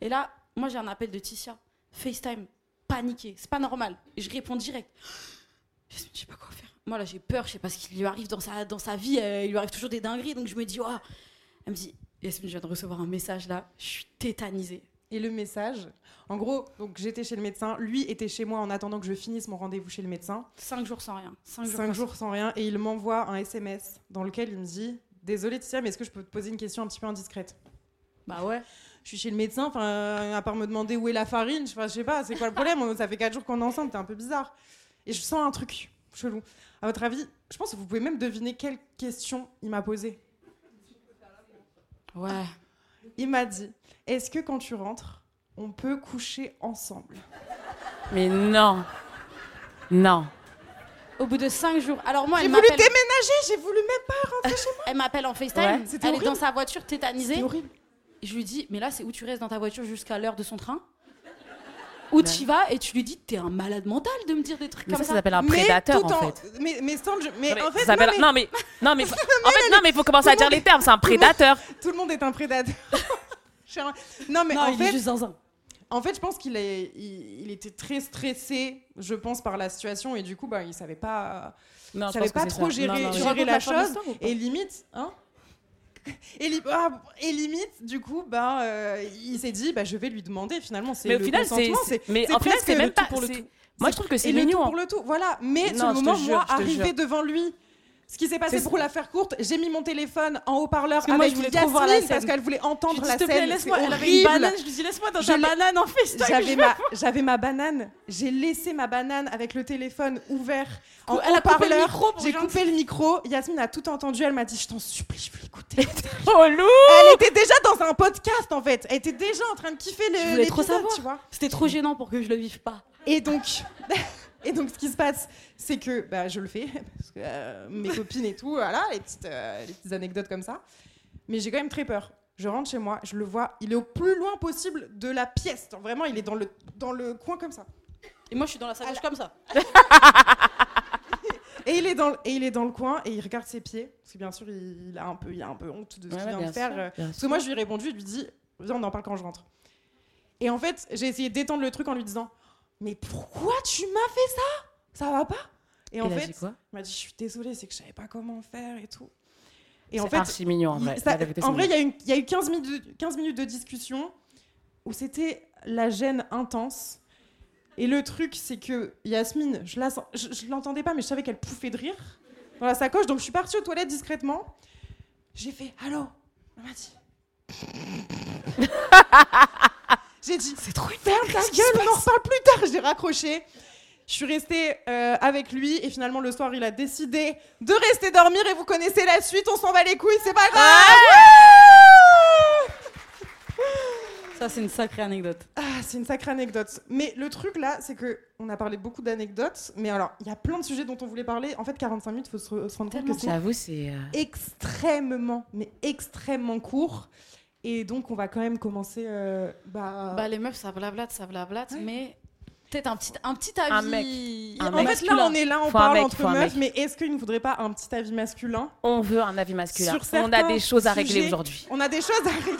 Et là, moi, j'ai un appel de Titia. FaceTime. Paniquée. C'est pas normal. Et je réponds direct. Je sais- je sais pas quoi faire. Moi, là, j'ai peur. Je sais pas ce qui lui arrive dans sa, dans sa vie. euh, il lui arrive toujours des dingueries. Donc, je me dis, oh. Elle me dit, Yasmine, je viens de recevoir un message là. Je suis tétanisée. et le message. En gros, donc j'étais chez le médecin, lui était chez moi en attendant que je finisse mon rendez-vous chez le médecin. Cinq jours sans rien. Cinq jours. Cinq sans- jours sans rien, et il m'envoie un SMS dans lequel il me dit Désolé Titia, mais est-ce que je peux te poser une question un petit peu indiscrète Bah ouais. Je suis chez le médecin, enfin, euh, à part me demander où est la farine, je enfin, je sais pas, c'est quoi le problème On- Ça fait quatre jours qu'on est ensemble, t'es un peu bizarre. Et je sens un truc chelou. À votre avis, je pense que vous pouvez même deviner quelle question il m'a posée. Ouais. Il m'a dit Est-ce que quand tu rentres, on peut coucher ensemble Mais non. Non. Au bout de cinq jours. Alors, moi, J'ai elle voulu m'appelle. déménager, j'ai voulu même pas Elle m'appelle en FaceTime. Ouais, elle c'était est horrible. dans sa voiture tétanisée. C'est horrible. Je lui dis, mais là, c'est où tu restes dans ta voiture jusqu'à l'heure de son train Où tu y vas et tu lui dis, t'es un malade mental de me dire des trucs Mais ça, comme Bah. ça ça. s'appelle un Mais prédateur tout en fait. Mais, mais sans le jeu- mais Non, mais en fait, ça s'appelle- non, mais non mais non mais, en fait non mais il faut commencer à dire les termes, c'est un prédateur. tout le monde est un prédateur. J'ai un- non, mais Non, en, il fait, est juste zinzin. en fait, je pense qu'il est- il, il était très stressé, je pense, par la situation et du coup, bah, il savait pas, Non, je savait pense que pas c'est trop ça. gérer, Non, non, gérer non. racontes la la fin de chose. l'histoire ou pas Et limite, hein et, li- ah, et limite, du coup, bah, euh, il s'est dit, bah, je vais lui demander. Finalement, c'est Mais le au final c'est consentement, c'est- mais c'est en fait presque c'est le même tout pas pour le c'est- tout. Moi je trouve que c'est et le tout mignon. hein. pour le tout, voilà. Mais Non, sur le je te moment, jure, moi, je te jure. arriver devant lui Ce qui s'est passé C'est- pour la faire courte, j'ai mis mon téléphone en haut-parleur que moi, avec je voulais trop Yasmine voir la scène. parce qu'elle voulait Je entendre dis, la S'il te scène. plaît, laisse-moi. c'est Elle avait une horrible. banane. Je lui dis, laisse-moi dans Je ta l'ai- banane en FaceTime. je J'avais vais ma, j'avais ma banane. J'ai laissé ma banane avec le téléphone ouvert en Elle a coupé le haut-parleur. micro pour J'ai gens- coupé le micro. Yasmine a tout entendu. Elle m'a dit Je t'en supplie, je veux l'écouter. Oh, lourd elle était déjà dans un podcast en fait. Elle était déjà en train de kiffer Je le, voulais trop l'épisode, savoir. tu vois. C'était trop gênant pour que je le vive pas. Et donc, et donc, ce qui se passe, c'est que bah, je le fais, parce que euh, mes copines et tout, voilà, les petites, euh, les petites anecdotes comme ça. Mais j'ai quand même très peur. Je rentre chez moi, je le vois, il est au plus loin possible de la pièce. Genre, vraiment, il est dans le, dans le coin comme ça. Et moi, je suis dans la sacoche comme ça. Et il est dans, le- et il est dans le coin et il regarde ses pieds. Parce que bien sûr, il, il a, un peu, il a un peu honte de ce Ouais, qu'il ouais, vient bien de faire. sûr, euh, bien Parce que moi, je lui ai répondu, je lui ai dit, viens, on en parle quand je rentre. Et en fait, j'ai essayé d'étendre le truc en lui disant, mais pourquoi tu m'as fait ça Ça va pas Et, en Il a fait, dit quoi Il m'a dit, je suis désolée, c'est que je savais pas comment faire et tout. Et C'est en fait, archi mignon en il- vrai. ça- La vérité, en c'est vrai, il mignon. y a eu, il y a eu 15, minutes, 15 minutes de discussion où c'était la gêne intense. Et le truc, c'est que Yasmine, je la sens- je- je l'entendais pas, mais je savais qu'elle pouffait de rire dans la sacoche. Donc je suis partie aux toilettes discrètement. J'ai fait Allô Elle m'a dit. J'ai dit C'est trop Ferme ta gueule, on en reparle plus tard. J'ai raccroché. Je suis restée euh, avec lui et finalement le soir il a décidé de rester dormir et vous connaissez la suite, on s'en va les couilles, c'est pas grave. Ça, c'est une sacrée anecdote. Ah, c'est une sacrée anecdote. Mais le truc là, c'est que on a parlé beaucoup d'anecdotes, mais alors il y a plein de sujets dont on voulait parler. En fait, 45 minutes, faut se, re- se rendre compte que c'est J'avoue, c'est. euh, extrêmement, mais extrêmement court. Et donc on va quand même commencer. euh, bah, Bah, les meufs, ça blablate, ça blablate, Ouais. mais peut-être un petit, un petit avis. Un en un fait, mec. là on est là, on Faut un parle mec, entre faut un meufs, mais mec. est-ce qu'il ne faudrait pas un petit avis masculin On veut un avis masculin. Sur on a certains des choses à régler sujets- aujourd'hui. On a des choses à régler.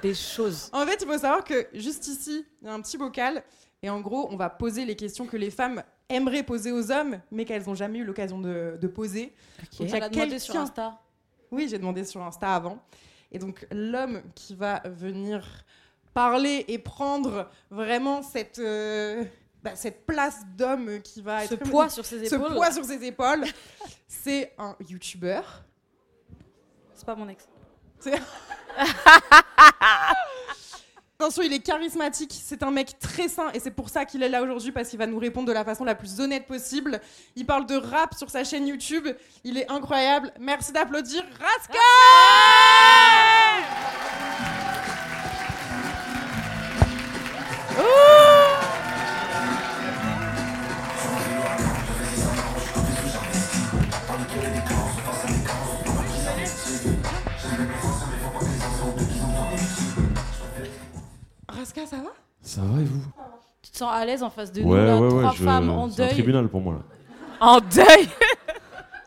Des choses. En fait, il faut savoir que juste ici, il y a un petit bocal. Et en gros, on va poser les questions que les femmes aimeraient poser aux hommes, mais qu'elles n'ont jamais eu l'occasion de, de poser. Ok. Il y Elle a a demandé sur quelqu'un. Insta. Oui, j'ai demandé sur Insta avant. Et donc, l'homme qui va venir parler et prendre vraiment cette, euh, bah, cette place d'homme qui va Ce être. poids sur ses ce épaules. poids sur ses épaules, c'est un YouTuber. C'est pas mon ex. Attention, il est charismatique, c'est un mec très sain et c'est pour ça qu'il est là aujourd'hui parce qu'il va nous répondre de la façon la plus honnête possible. Il parle de rap sur sa chaîne YouTube, il est incroyable. Merci d'applaudir Raska Raska, ça va Ça va et vous Tu te sens à l'aise en face de Ouais, nous, là, ouais, ouais. trois je- femmes en C'est un deuil. tribunal pour moi là. En deuil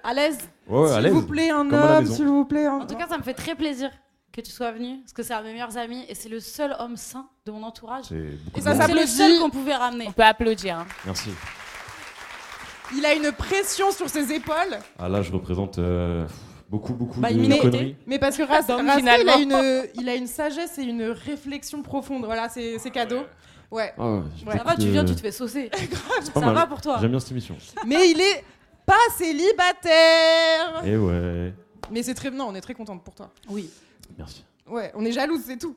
À l'aise. Ouais, ouais, à S'il l'aise. vous plaît, un Comme à la homme, maison. s'il vous plaît. un- En tout cas, ça me fait très plaisir que tu sois venu, parce que c'est un de mes meilleurs amis et c'est le seul homme sain de mon entourage. C'est beaucoup Et ça de- C'est le s'applaudit. seul qu'on pouvait ramener. On peut applaudir. hein. Merci. il a une pression sur ses épaules, Ah là, je représente euh, beaucoup, beaucoup Bah, de une minorité. conneries. mais parce que Ras- Donc, Raska, il a, finalement. une, il a une sagesse et une réflexion profonde. Voilà, c'est c'est cadeau. Ouais. Ah ouais, j'ai Ouais. Ça beaucoup va, tu de- viens, tu te fais saucer. C'est pas Ça mal. va pour toi. J'aime bien cette émission. Mais il est pas célibataire. Et Eh ouais. Mais c'est très. Non, on est très contente pour toi. Oui. Merci. Ah, Ouais, on est jalouse, c'est tout.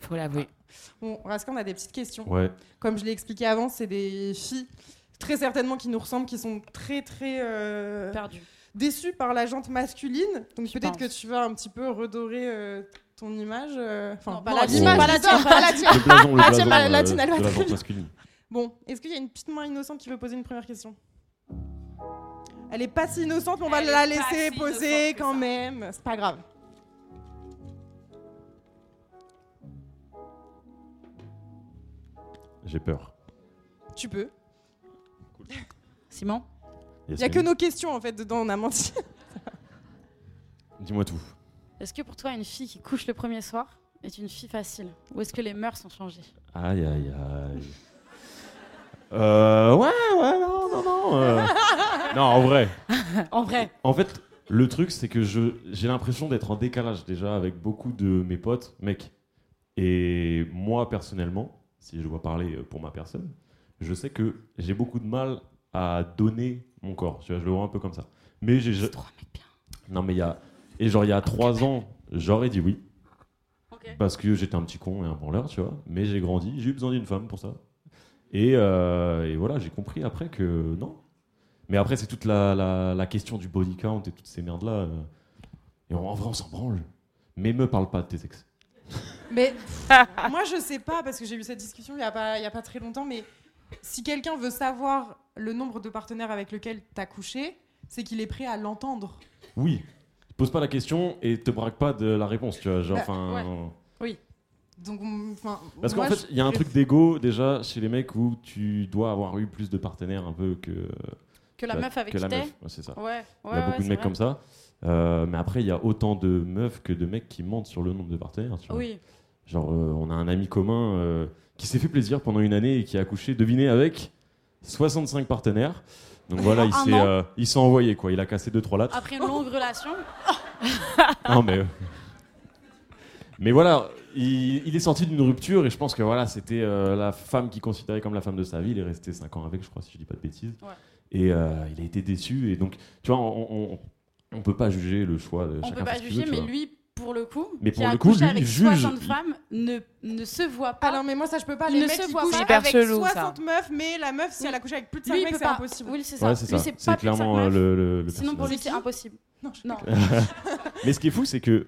Faut l'avouer. Bon, Raska, on a des petites questions. Ouais. Comme je l'ai expliqué avant, c'est des filles très certainement qui nous ressemblent, qui sont très très euh, Perdu. déçues par la jante masculine. Donc Je peut-être que pense. tu vas un petit peu redorer euh, ton image. euh, Enfin, Non, pas non, la l'image, tienne, pas la disons, pas la tienne. Le blason, le Ah, blason, c'est ma- euh, la tienne, elle va de la très vente bien. masculine. Bon, est-ce qu'il y a une petite main innocente qui veut poser une première question Elle est pas si innocente, mais on va Elle la est pas laisser si poser innocente que quand ça. même. C'est pas grave. J'ai peur. Tu peux. Simon Il y a que nos questions en fait dedans, on a menti. Dis-moi tout. Est-ce que pour toi, une fille qui couche le premier soir est une fille facile Ou est-ce que les mœurs ont changé Aïe, aïe, aïe. Euh, ouais, ouais, non, non, non. euh. Non, en vrai. En vrai, En fait, le truc, c'est que je, j'ai l'impression d'être en décalage déjà avec beaucoup de mes potes, mecs. Et moi, personnellement, si je dois parler euh, pour ma personne, je sais que j'ai beaucoup de mal à donner mon corps. Tu vois, je le vois un peu comme ça. Mais j'ai. C'est trop un mec bien. Non, mais il y a. Et genre, il y a trois ans, j'aurais dit oui. Ok. Parce que j'étais un petit con et un branleur, tu vois. Mais j'ai grandi, j'ai eu besoin d'une femme pour ça. Et, euh, et voilà, j'ai compris après que non. Mais après, c'est toute la, la- la question du body count et toutes ces merdes-là. euh. Et en vrai, on s'en branle. Mais me parle pas de tes ex. Mais moi, je sais pas, parce que j'ai eu cette discussion il n'y a, pas- il y a pas très longtemps, mais si quelqu'un veut savoir le nombre de partenaires avec lesquels t'as couché, c'est qu'il est prêt à l'entendre. Oui. Pose pas la question et te braque pas de la réponse, tu vois. Genre, Bah, enfin. Donc, on- enfin, Parce qu'en moi, fait, je- il y a un truc d'ego déjà chez les mecs où tu dois avoir eu plus de partenaires un peu que, Que la meuf avec que qui la t'es meuf. Ouais, c'est ça. Ouais, ouais, il y a beaucoup de mecs comme ça. Euh, mais après, il y a autant de meufs que de mecs qui mentent sur le nombre de partenaires. tu vois. Oui. Genre, euh, on a un ami commun euh, qui s'est fait plaisir pendant une année et qui a accouché, devinez, avec 65 partenaires. Donc voilà, il Un s'est an. euh, il s'est envoyé quoi. Il a cassé deux trois lattes. Après une longue relation, Non, mais. euh, Mais voilà, il, il est sorti d'une rupture et je pense que voilà, c'était euh, la femme qu'il considérait comme la femme de sa vie. Il est resté 5 ans avec, je crois, si je dis pas de bêtises. Ouais. Et euh, il a été déçu. Et donc, tu vois, on, on, on peut pas juger le choix de on chacun. peut fait pas ce qu'il juger, veut, tu mais vois. lui, pour le coup, Mais qui pour a le coup, couché lui, avec il juge. 60 femmes, ne, ne se voit Ah pas. non, mais moi, ça, je peux pas. Il les ne mecs se qui voit couchent pas avec avec chelou, ça. 60 meufs, mais la meuf, si elle a couché avec plus de 5 lui, il mecs, peut c'est pas. impossible. Oui, c'est ça. Ouais, c'est Lui, ça. c'est C'est pas plus de clairement cinq euh, meufs. le, le- le Sinon, pour personnage. lui, c'est impossible. Non, je- Non. Mais ce qui est fou, c'est que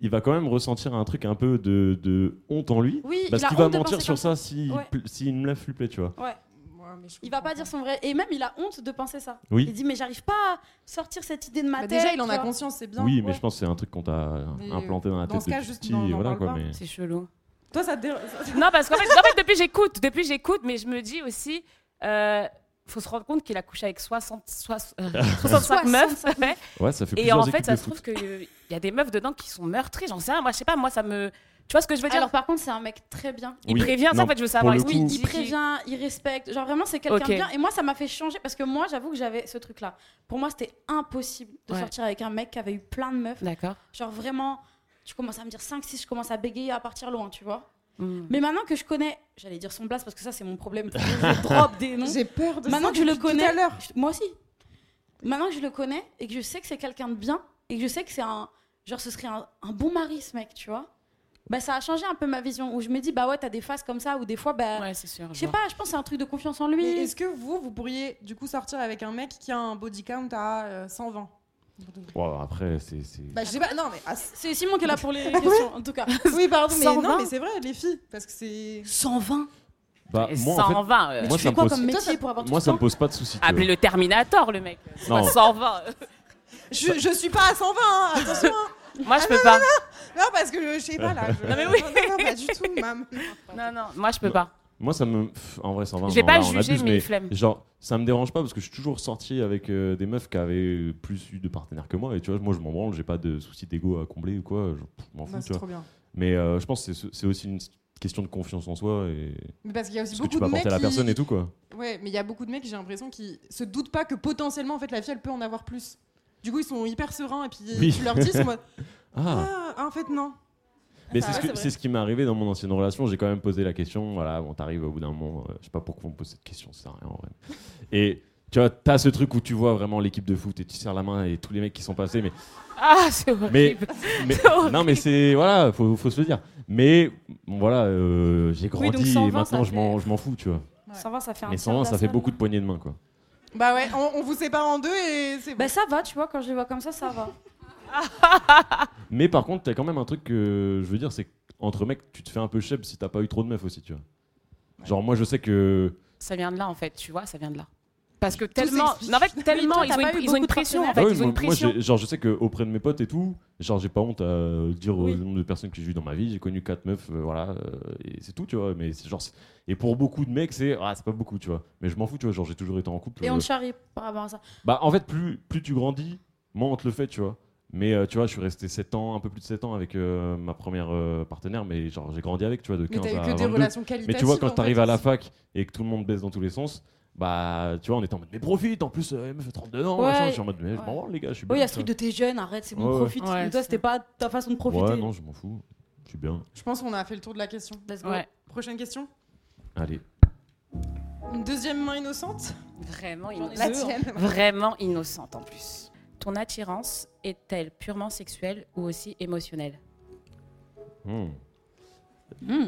il va quand même ressentir un truc un peu de, de honte en lui. Oui, Parce il a qu'il va honte de mentir penser sur comme ça s'il Ouais. pl- s'il me lève lui plaît, tu vois. Ouais. Ouais, mais je Il va comprends pas dire son vrai. Et même, il a honte de penser ça. Oui. Il dit, mais j'arrive pas à sortir cette idée de ma Bah, tête. déjà, il en tu a vois. conscience, c'est bien. oui, mais ouais. je pense que c'est un truc qu'on t'a Mais, implanté dans la dans ce tête cas, depuis juste, petit, non, on en voilà parle quoi. pas. Mais... C'est chelou. Toi, ça te dé- Non, parce qu'en fait, en fait, depuis j'écoute, depuis j'écoute, mais je me dis aussi, euh, faut se rendre compte qu'il a couché avec 60, soix- euh, Ah. 65 meufs. ouais. Ouais, ça Et fait plusieurs en fait, équipes ça de se trouve foot. qu'il y a des meufs dedans qui sont meurtries. J'en sais rien, moi, je sais pas, moi, ça me. Tu vois ce que je veux dire Alors, par contre, c'est un mec très bien. Il Oui. prévient ça, Non, en fait, je veux pour savoir. le est-ce qu'il coup- dit Il prévient, il respecte. Genre vraiment, c'est quelqu'un Ok. de bien. Et moi, ça m'a fait changer parce que moi, j'avoue que j'avais ce truc-là. Pour moi, c'était impossible de Ouais. sortir avec un mec qui avait eu plein de meufs. D'accord. Genre vraiment, tu commences à me dire 5, 6, je commence à bégayer, à partir loin, tu vois. Mm. Mais maintenant que je connais, j'allais dire son blase parce que ça, c'est mon problème. Je drop des noms. J'ai peur de Maintenant ça que je le depuis tout connais, à l'heure. je- moi aussi. Maintenant que je le connais et que je sais que c'est quelqu'un de bien et que je sais que c'est un. Genre, ce serait un, un bon mari, ce mec, tu vois. Bah, ça a changé un peu ma vision où je me dis, bah ouais, t'as des phases comme ça où des fois, bah. Ouais, c'est sûr. Je sais vois. pas, je pense que c'est un truc de confiance en Mais lui. Est-ce que vous, vous pourriez du coup sortir avec un mec qui a un body count à euh, 120 Wow, après, c'est. c'est- Bah, je sais pas, non, mais. ah, c- C'est Simon qui est là pour les questions, en tout cas. oui, pardon, mais 120? non, mais c'est vrai, les filles, parce que c'est. 120 Bah, Et moi, en fait, 120. euh, Mais moi, tu ça fais me quoi pose- comme Toi, métier ça- pour avoir moi, tout ça me le temps pose pas de soucis. tu Ah, vois. Appelez le Terminator, le mec. Non. 120. Je, je suis pas à 120, hein, attention hein. Moi, je peux pas. Non, parce que je sais pas là. je- mais oui. Non, non, non, pas du tout, mam. Non, non, moi, je peux pas. Moi, ça me. pff, en vrai, 120. Je vais non, pas là, on juger, abuse, mais flemme. Genre, ça me dérange pas parce que je suis toujours sorti avec euh, des meufs qui avaient plus eu de partenaires que moi. Et tu vois, moi, je m'en branle, j'ai pas de soucis d'ego à combler ou quoi. Je pff, je m'en Bah, fous, c'est tu vois. trop bien. Mais euh, je pense que c'est- c'est aussi une question de confiance en soi et Mais parce qu'il y a aussi ce que tu beaucoup de peux mecs. apporter à la qui- personne et tout, quoi. Ouais, mais il y a beaucoup de mecs, j'ai l'impression, qui se doutent pas que potentiellement, en fait, la fille, elle peut en avoir plus. Du coup, ils sont hyper sereins et puis Oui. tu leur dis, ils sont en mode, Ah! ah, en fait, non. Mais Ça, c'est ce, ouais, que- c'est vrai. c'est ce qui m'est arrivé dans mon ancienne relation. J'ai quand même posé la question. Voilà, bon, t'arrives au bout d'un moment. euh, je sais pas pourquoi on me pose cette question, ça sert à rien en vrai. Et tu vois, t'as ce truc où tu vois vraiment l'équipe de foot et tu serres la main et tous les mecs qui sont passés. Mais, Ah, c'est horrible. mais, mais- C'est horrible. non, mais c'est voilà, faut, faut se le dire. Mais bon, voilà, euh, j'ai donc grandi et 120, maintenant ça je m'en fait- je m'en fous, tu vois. 120, ça fait un Mais tiers 120, de la ça fait salle. beaucoup de poignées de main, quoi. Bah ouais, on, on vous sépare en deux et c'est bon. Bah ça va, tu vois, quand je les vois comme ça, ça va. Mais par contre, t'as quand même un truc que je veux dire, c'est que entre mecs, tu te fais un peu chèvre si t'as pas eu trop de meufs aussi, tu vois. Genre moi, je sais que Ça vient de là, en fait, tu vois, ça vient de là. Parce que tellement. s'explique. Non, en fait, tellement, toi, ils t'as ont pas une, eu ils ont une beaucoup de pression, en fait. partenaires. Ah oui, ils ont moi, une moi, pression. j'ai- genre, je sais qu'auprès de mes potes et tout, genre, j'ai pas honte à euh, dire Oui. le nombre de personnes que j'ai eu dans ma vie. J'ai connu quatre meufs, euh, voilà, euh, et c'est tout, tu vois. Mais c'est genre, c'est- et pour beaucoup de mecs, c'est ah, c'est pas beaucoup, tu vois. Mais je m'en fous, tu vois. Genre, j'ai toujours été en couple. Et euh, on te charrie par rapport à ça. Bah, en fait, plus, plus tu grandis, moins on te le fait, tu vois. Mais euh, tu vois, je suis resté 7 ans, un peu plus de 7 ans avec euh, ma première euh, partenaire, mais genre, j'ai grandi avec, tu vois, de Mais 15 t'as eu à que des 22. relations Mais qualitatives. tu vois, quand en t'arrives fait, à la aussi. fac et que tout le monde baisse dans tous les sens, bah, tu vois, on est en mode, mais profite, en plus, euh, elle me fait 32 ans, Ouais. machin. je suis en mode, mais je m'en Ouais. branle, les gars, je suis Oui, il y bien, a ce tu vois. truc de t'es jeune, arrête, c'est bon, Ouais, ouais. profite. Ouais, Mais c'est toi, c'était pas ta façon de profiter. Ouais, non, je m'en fous. Je suis bien. Je pense qu'on a fait le tour de la question. Let's go. Ouais. Prochaine question. Allez. Une deuxième main innocente Vraiment innocente. hein. tienne. Vraiment innocente, en plus. ton attirance est-elle purement sexuelle ou aussi émotionnelle Hmm. Hmm.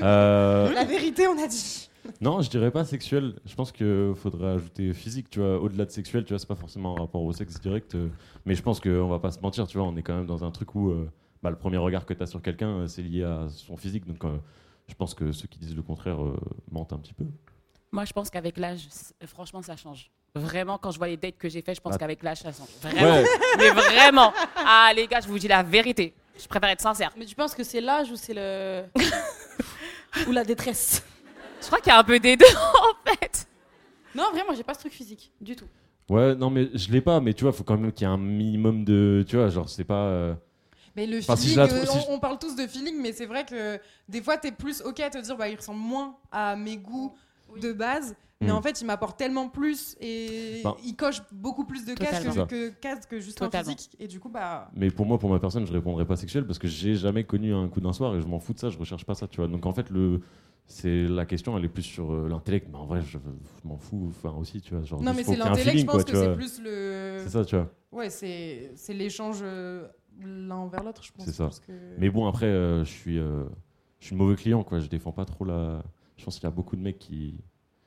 Euh, La vérité, on a dit. Non, je dirais pas sexuel. Je pense qu'il faudrait ajouter physique, tu vois. Au-delà de sexuel, tu vois, c'est pas forcément un rapport au sexe direct. euh, mais je pense qu'on va pas se mentir, tu vois. On est quand même dans un truc où euh, bah, le premier regard que tu as sur quelqu'un, euh, c'est lié à son physique. Donc euh, je pense que ceux qui disent le contraire euh, mentent un petit peu. Moi, je pense qu'avec l'âge, c- franchement, ça change. Vraiment, quand je vois les dates que j'ai fait, je pense Ah. qu'avec l'âge, ça change. Vraiment. Ouais, Mais vraiment. Ah, les gars, je vous dis la vérité. Je préfère être sincère. Mais tu penses que c'est l'âge ou c'est le. ou la détresse Je crois qu'il y a un peu des deux, en fait. Non, vraiment, j'ai pas ce truc physique, du tout. ouais, non, mais je l'ai pas. Mais tu vois, faut quand même qu'il y ait un minimum de. Tu vois, genre, c'est pas. euh, Mais le Enfin, si feeling, je la trouve- euh, si je- on, on parle tous de feeling, mais c'est vrai que des fois, t'es plus OK à te dire, bah, il ressemble moins à mes goûts Oui. de base, mais Hmm. en fait, il m'apporte tellement plus et Ben. il coche beaucoup plus de cases que, Totalement. que, cases que juste un Totalement. physique. Et du coup, bah. Mais pour moi, pour ma personne, je répondrais pas sexuel parce que j'ai jamais connu un coup d'un soir et je m'en fous de ça, je recherche pas ça, tu vois. Donc en fait, le c'est la question, elle est plus sur euh, l'intellect, mais en vrai, je, je m'en fous, enfin aussi, tu vois. Genre, Non, juste mais faut c'est qu'il y ait un l'intellect, je feeling, pense quoi, tu que c'est vois. plus euh, le. C'est ça, tu vois. Ouais, c'est c'est l'échange euh, l'un vers l'autre, je pense. C'est ça. parce que- Mais bon, après, euh, je suis euh, je suis mauvais client, quoi. Je défends pas trop la. Je pense qu'il y a beaucoup de mecs qui.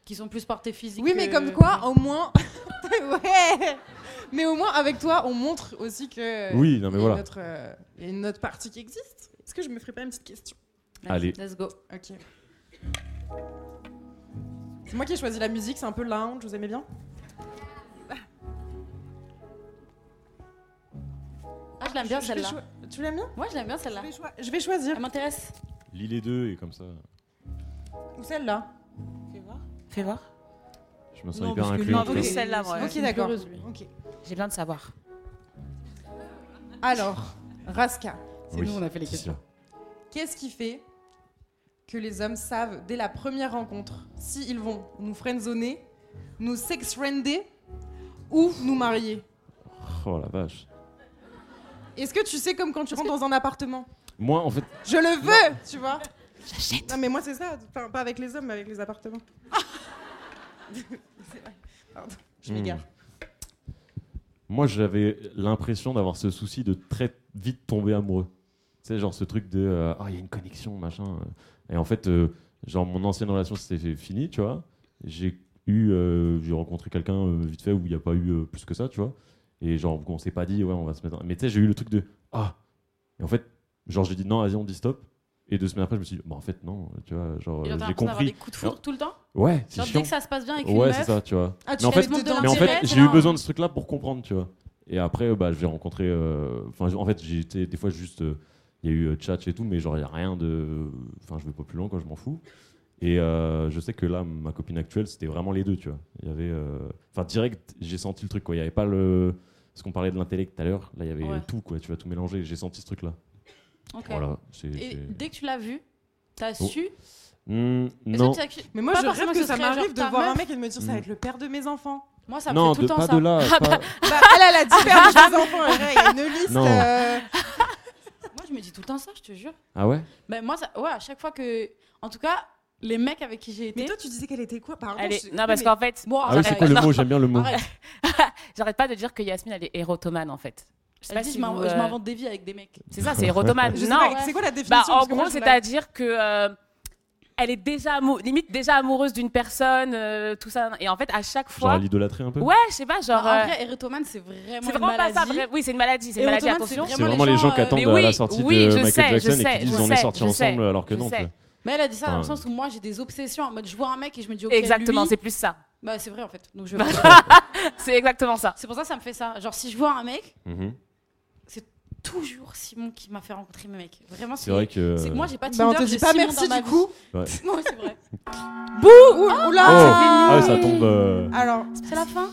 Qui sont plus portés physique. Oui, mais que- comme quoi, au moins. ouais Mais au moins, avec toi, on montre aussi que. oui, non, il mais y a voilà. une autre, euh, Il y a une autre partie qui existe. Est-ce que je me ferais pas une petite question Oh, Vas-y, Allez. Let's go. Ok. C'est moi qui ai choisi la musique, c'est un peu lounge, vous aimez bien Ah, je l'aime bien Je vais celle-là. Ah. cho- Tu l'aimes bien Moi, je l'aime bien je celle-là. vais, choi- je vais choisir. Elle m'intéresse. Lis les deux et comme ça, Ou celle-là Fais voir. je me sens Non, hyper parce que inclus. lui, en tout il cas. est- celle-là, moi, Ok, d'accord. heureuse, lui. Ok. J'ai besoin de savoir. Alors, Raska, Oui, a fait les c'est sûr. Qu'est-ce qui fait que les hommes savent dès la première rencontre s'ils vont nous friendzoner, nous sex-friender ou nous marier Oh la vache. Est-ce que tu sais comme quand tu rentres dans un appartement Moi, en fait, Je le veux, tu vois J'achète Non mais moi c'est ça, Enfin, pas avec les hommes mais avec les appartements. C'est vrai. Pardon, je Hmm. m'égare. Moi, j'avais l'impression d'avoir ce souci de très vite tomber amoureux. Tu sais, genre ce truc de euh, ah, il y a une connexion, machin. Et en fait, euh, genre mon ancienne relation, c'était fini, tu vois. J'ai eu, euh, j'ai rencontré quelqu'un euh, vite fait où il n'y a pas eu euh, plus que ça, tu vois. Et genre, on s'est pas dit, ouais, on va se mettre. Mais tu sais, j'ai eu le truc de ah. Et en fait, genre, j'ai dit non, vas-y, on dit stop. Et deux semaines après, je me suis dit, bah en fait, non, tu Et vois, genre, euh, genre, t'as j'ai l'impression d'avoir des compris. coups de foudre tout le temps Ouais, c'est Genre, dès chiant. que ça se passe bien avec une Ouais, c'est meuf, ça, tu vois. Ah, tu Mais en fais fait, dedans. dedans. Mais en Direct, fait, j'ai là, eu on- besoin de ce truc-là pour comprendre, tu vois. Et après, euh, bah, j'ai rencontré. euh, Enfin, j- en fait, j'ai été des fois juste. euh, Il y a eu euh, tchatch et tout, mais genre, il n'y a rien de. Enfin, je vais pas plus loin, quoi, je m'en fous. Et euh, je sais que là, ma copine actuelle, c'était vraiment les deux, tu vois. Il y avait. euh, Enfin, direct, j'ai senti le truc, quoi. Il n'y avait pas le. Parce qu'on parlait de l'intellect tout à l'heure, là, il y avait Ouais. tout, quoi. Tu vas tout mélanger. J'ai senti ce truc-là. ok. Voilà. Oh c'est- Et c'est- dès que tu l'as vu, t'as Oh. su. Hmm, Est-ce non. que tu as- Mais moi Pas je forcément rêve que que ce ça serait genre m'arrive de ta voir un meuf. mec et de me dire Hmm. ça va être le père de mes enfants. Moi, ça me Non, fait tout de- le temps pas ça. Ah, de là. pas- Bah, elle, elle a dit père de mes enfants, et là, il y a une liste. Non. euh, Moi, je me dis tout le temps ça, je te jure. Ah ouais Ben, moi, ça... ouais, à chaque fois que. En tout cas, les mecs avec qui j'ai été. Mais toi, tu disais qu'elle était quoi Pardon. Allez, je- non, parce mais- qu'en fait, Bon, Ah oui, c'est quoi le mot J'aime bien le mot. Arrête. j'arrête pas de dire que Yasmine, elle est érotomane, en fait. Je sais Elle pas dit, si je m'in- vous, je euh, m'invante des vies avec des mecs. C'est ça, c'est érotomane. Je sais non, pas, c'est quoi la Bah, définition en Parce que moi, gros, je la- c'est-à-dire que euh, elle est déjà amou- limite déjà amoureuse d'une personne, euh, tout ça. Et en fait, à chaque Genre à fois, l'idolâtrer un peu ouais, je sais pas, genre, Non, en euh, vrai, érotomane, c'est vraiment. c'est vraiment une pas ça. maladie. vrai- Oui, c'est une maladie, c'est une maladie. Érotomane, Attention. C'est vraiment les gens qui euh, attendent mais à la oui, sortie oui, de je Michael sais, Jackson je et sais, qui disent je on est sais, sortis je ensemble sais, alors que je non. sais. tu vois. Mais elle a dit ça dans le Enfin, sens où moi j'ai des obsessions en mode je vois un mec et je me dis ok Exactement, lui- c'est plus ça. bah c'est vrai en fait donc je C'est exactement ça. c'est pour ça que ça me fait ça genre si je vois un mec Mhm. toujours Simon qui m'a fait rencontrer mes mecs vraiment C'est vrai que. c'est que moi j'ai pas Tinder Bah, on te dit j'ai pas Simon merci dans ma du vie. coup. Ouais, c'est vrai Bouh Oh Oula Ah ouais, ça tombe. euh, Alors, c'est la fin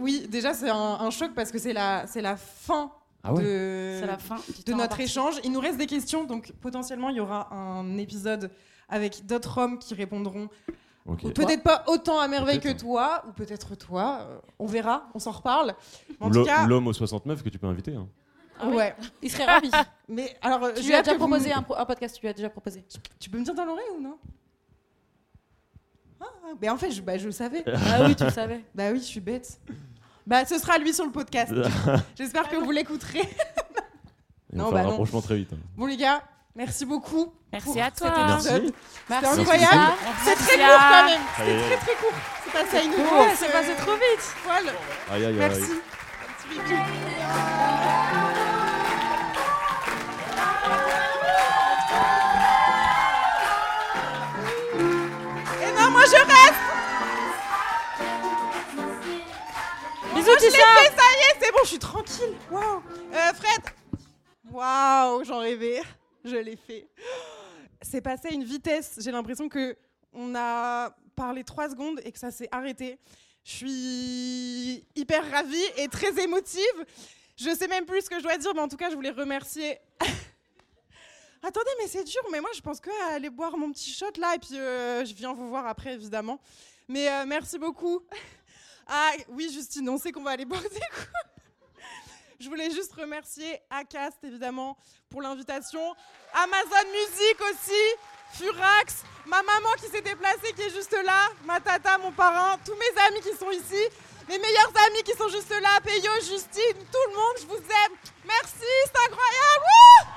oui, déjà, c'est un, un choc parce que c'est la, c'est la fin Ah ouais de, c'est la fin de du temps notre imparti. échange. Il nous reste des questions, donc potentiellement, il y aura un épisode avec d'autres hommes qui répondront. ok. Ou Peut-être pas autant à merveille que Peut-être. toi, ou peut-être toi. euh, On verra, on s'en reparle. Mais En L'ho- tout cas, L'homme au 69 que tu peux inviter. hein. Ah ouais. ouais. il serait ravi Mais alors, euh, tu lui j'ai as hâte déjà que vous- proposé un, pro- un podcast tu lui as déjà proposé Tu peux me dire dans l'oreille ou non ah, mais en fait, je, bah, je le savais. ah oui tu le savais Bah oui, je suis bête. Bah, ce sera lui sur le podcast. J'espère que vous l'écouterez. Et Non, on fait bah un non. rapprochement très vite. hein. Bon, les gars, merci beaucoup. Merci pour à toi. cet Merci. épisode. Merci, C'était Merci incroyable. beaucoup. C'est très court Laetitia. quand même. Allez, Très très court. C'est passé à une Ouais, vitesse, c'est euh, passé trop vite. folle. Aïe, aïe, aïe. Merci. Un petit bisou. Et non, moi je reste. Bisous, Je l'ai Tissa. fait, ça y est, c'est bon, je suis tranquille. Waouh. Euh, Fred. Waouh, j'en rêvais. Je l'ai fait. C'est passé à une vitesse. J'ai l'impression que on a parlé trois secondes et que ça s'est arrêté. Je suis hyper ravie et très émotive. Je sais même plus ce que je dois dire, mais en tout cas, je voulais remercier. Attendez, mais c'est dur, mais moi je pense que à aller boire mon petit shot là, et puis euh, je viens vous voir après évidemment. Mais euh, merci beaucoup. Ah oui, Justine, on sait qu'on va aller boire des coups. Je voulais juste remercier Acast évidemment pour l'invitation, Amazon Music aussi, Furax, ma maman qui s'est déplacée, qui est juste là, ma tata, mon parrain, tous mes amis qui sont ici, mes meilleurs amis qui sont juste là, Peyo, Justine, tout le monde, je vous aime. Merci, c'est incroyable. Wouh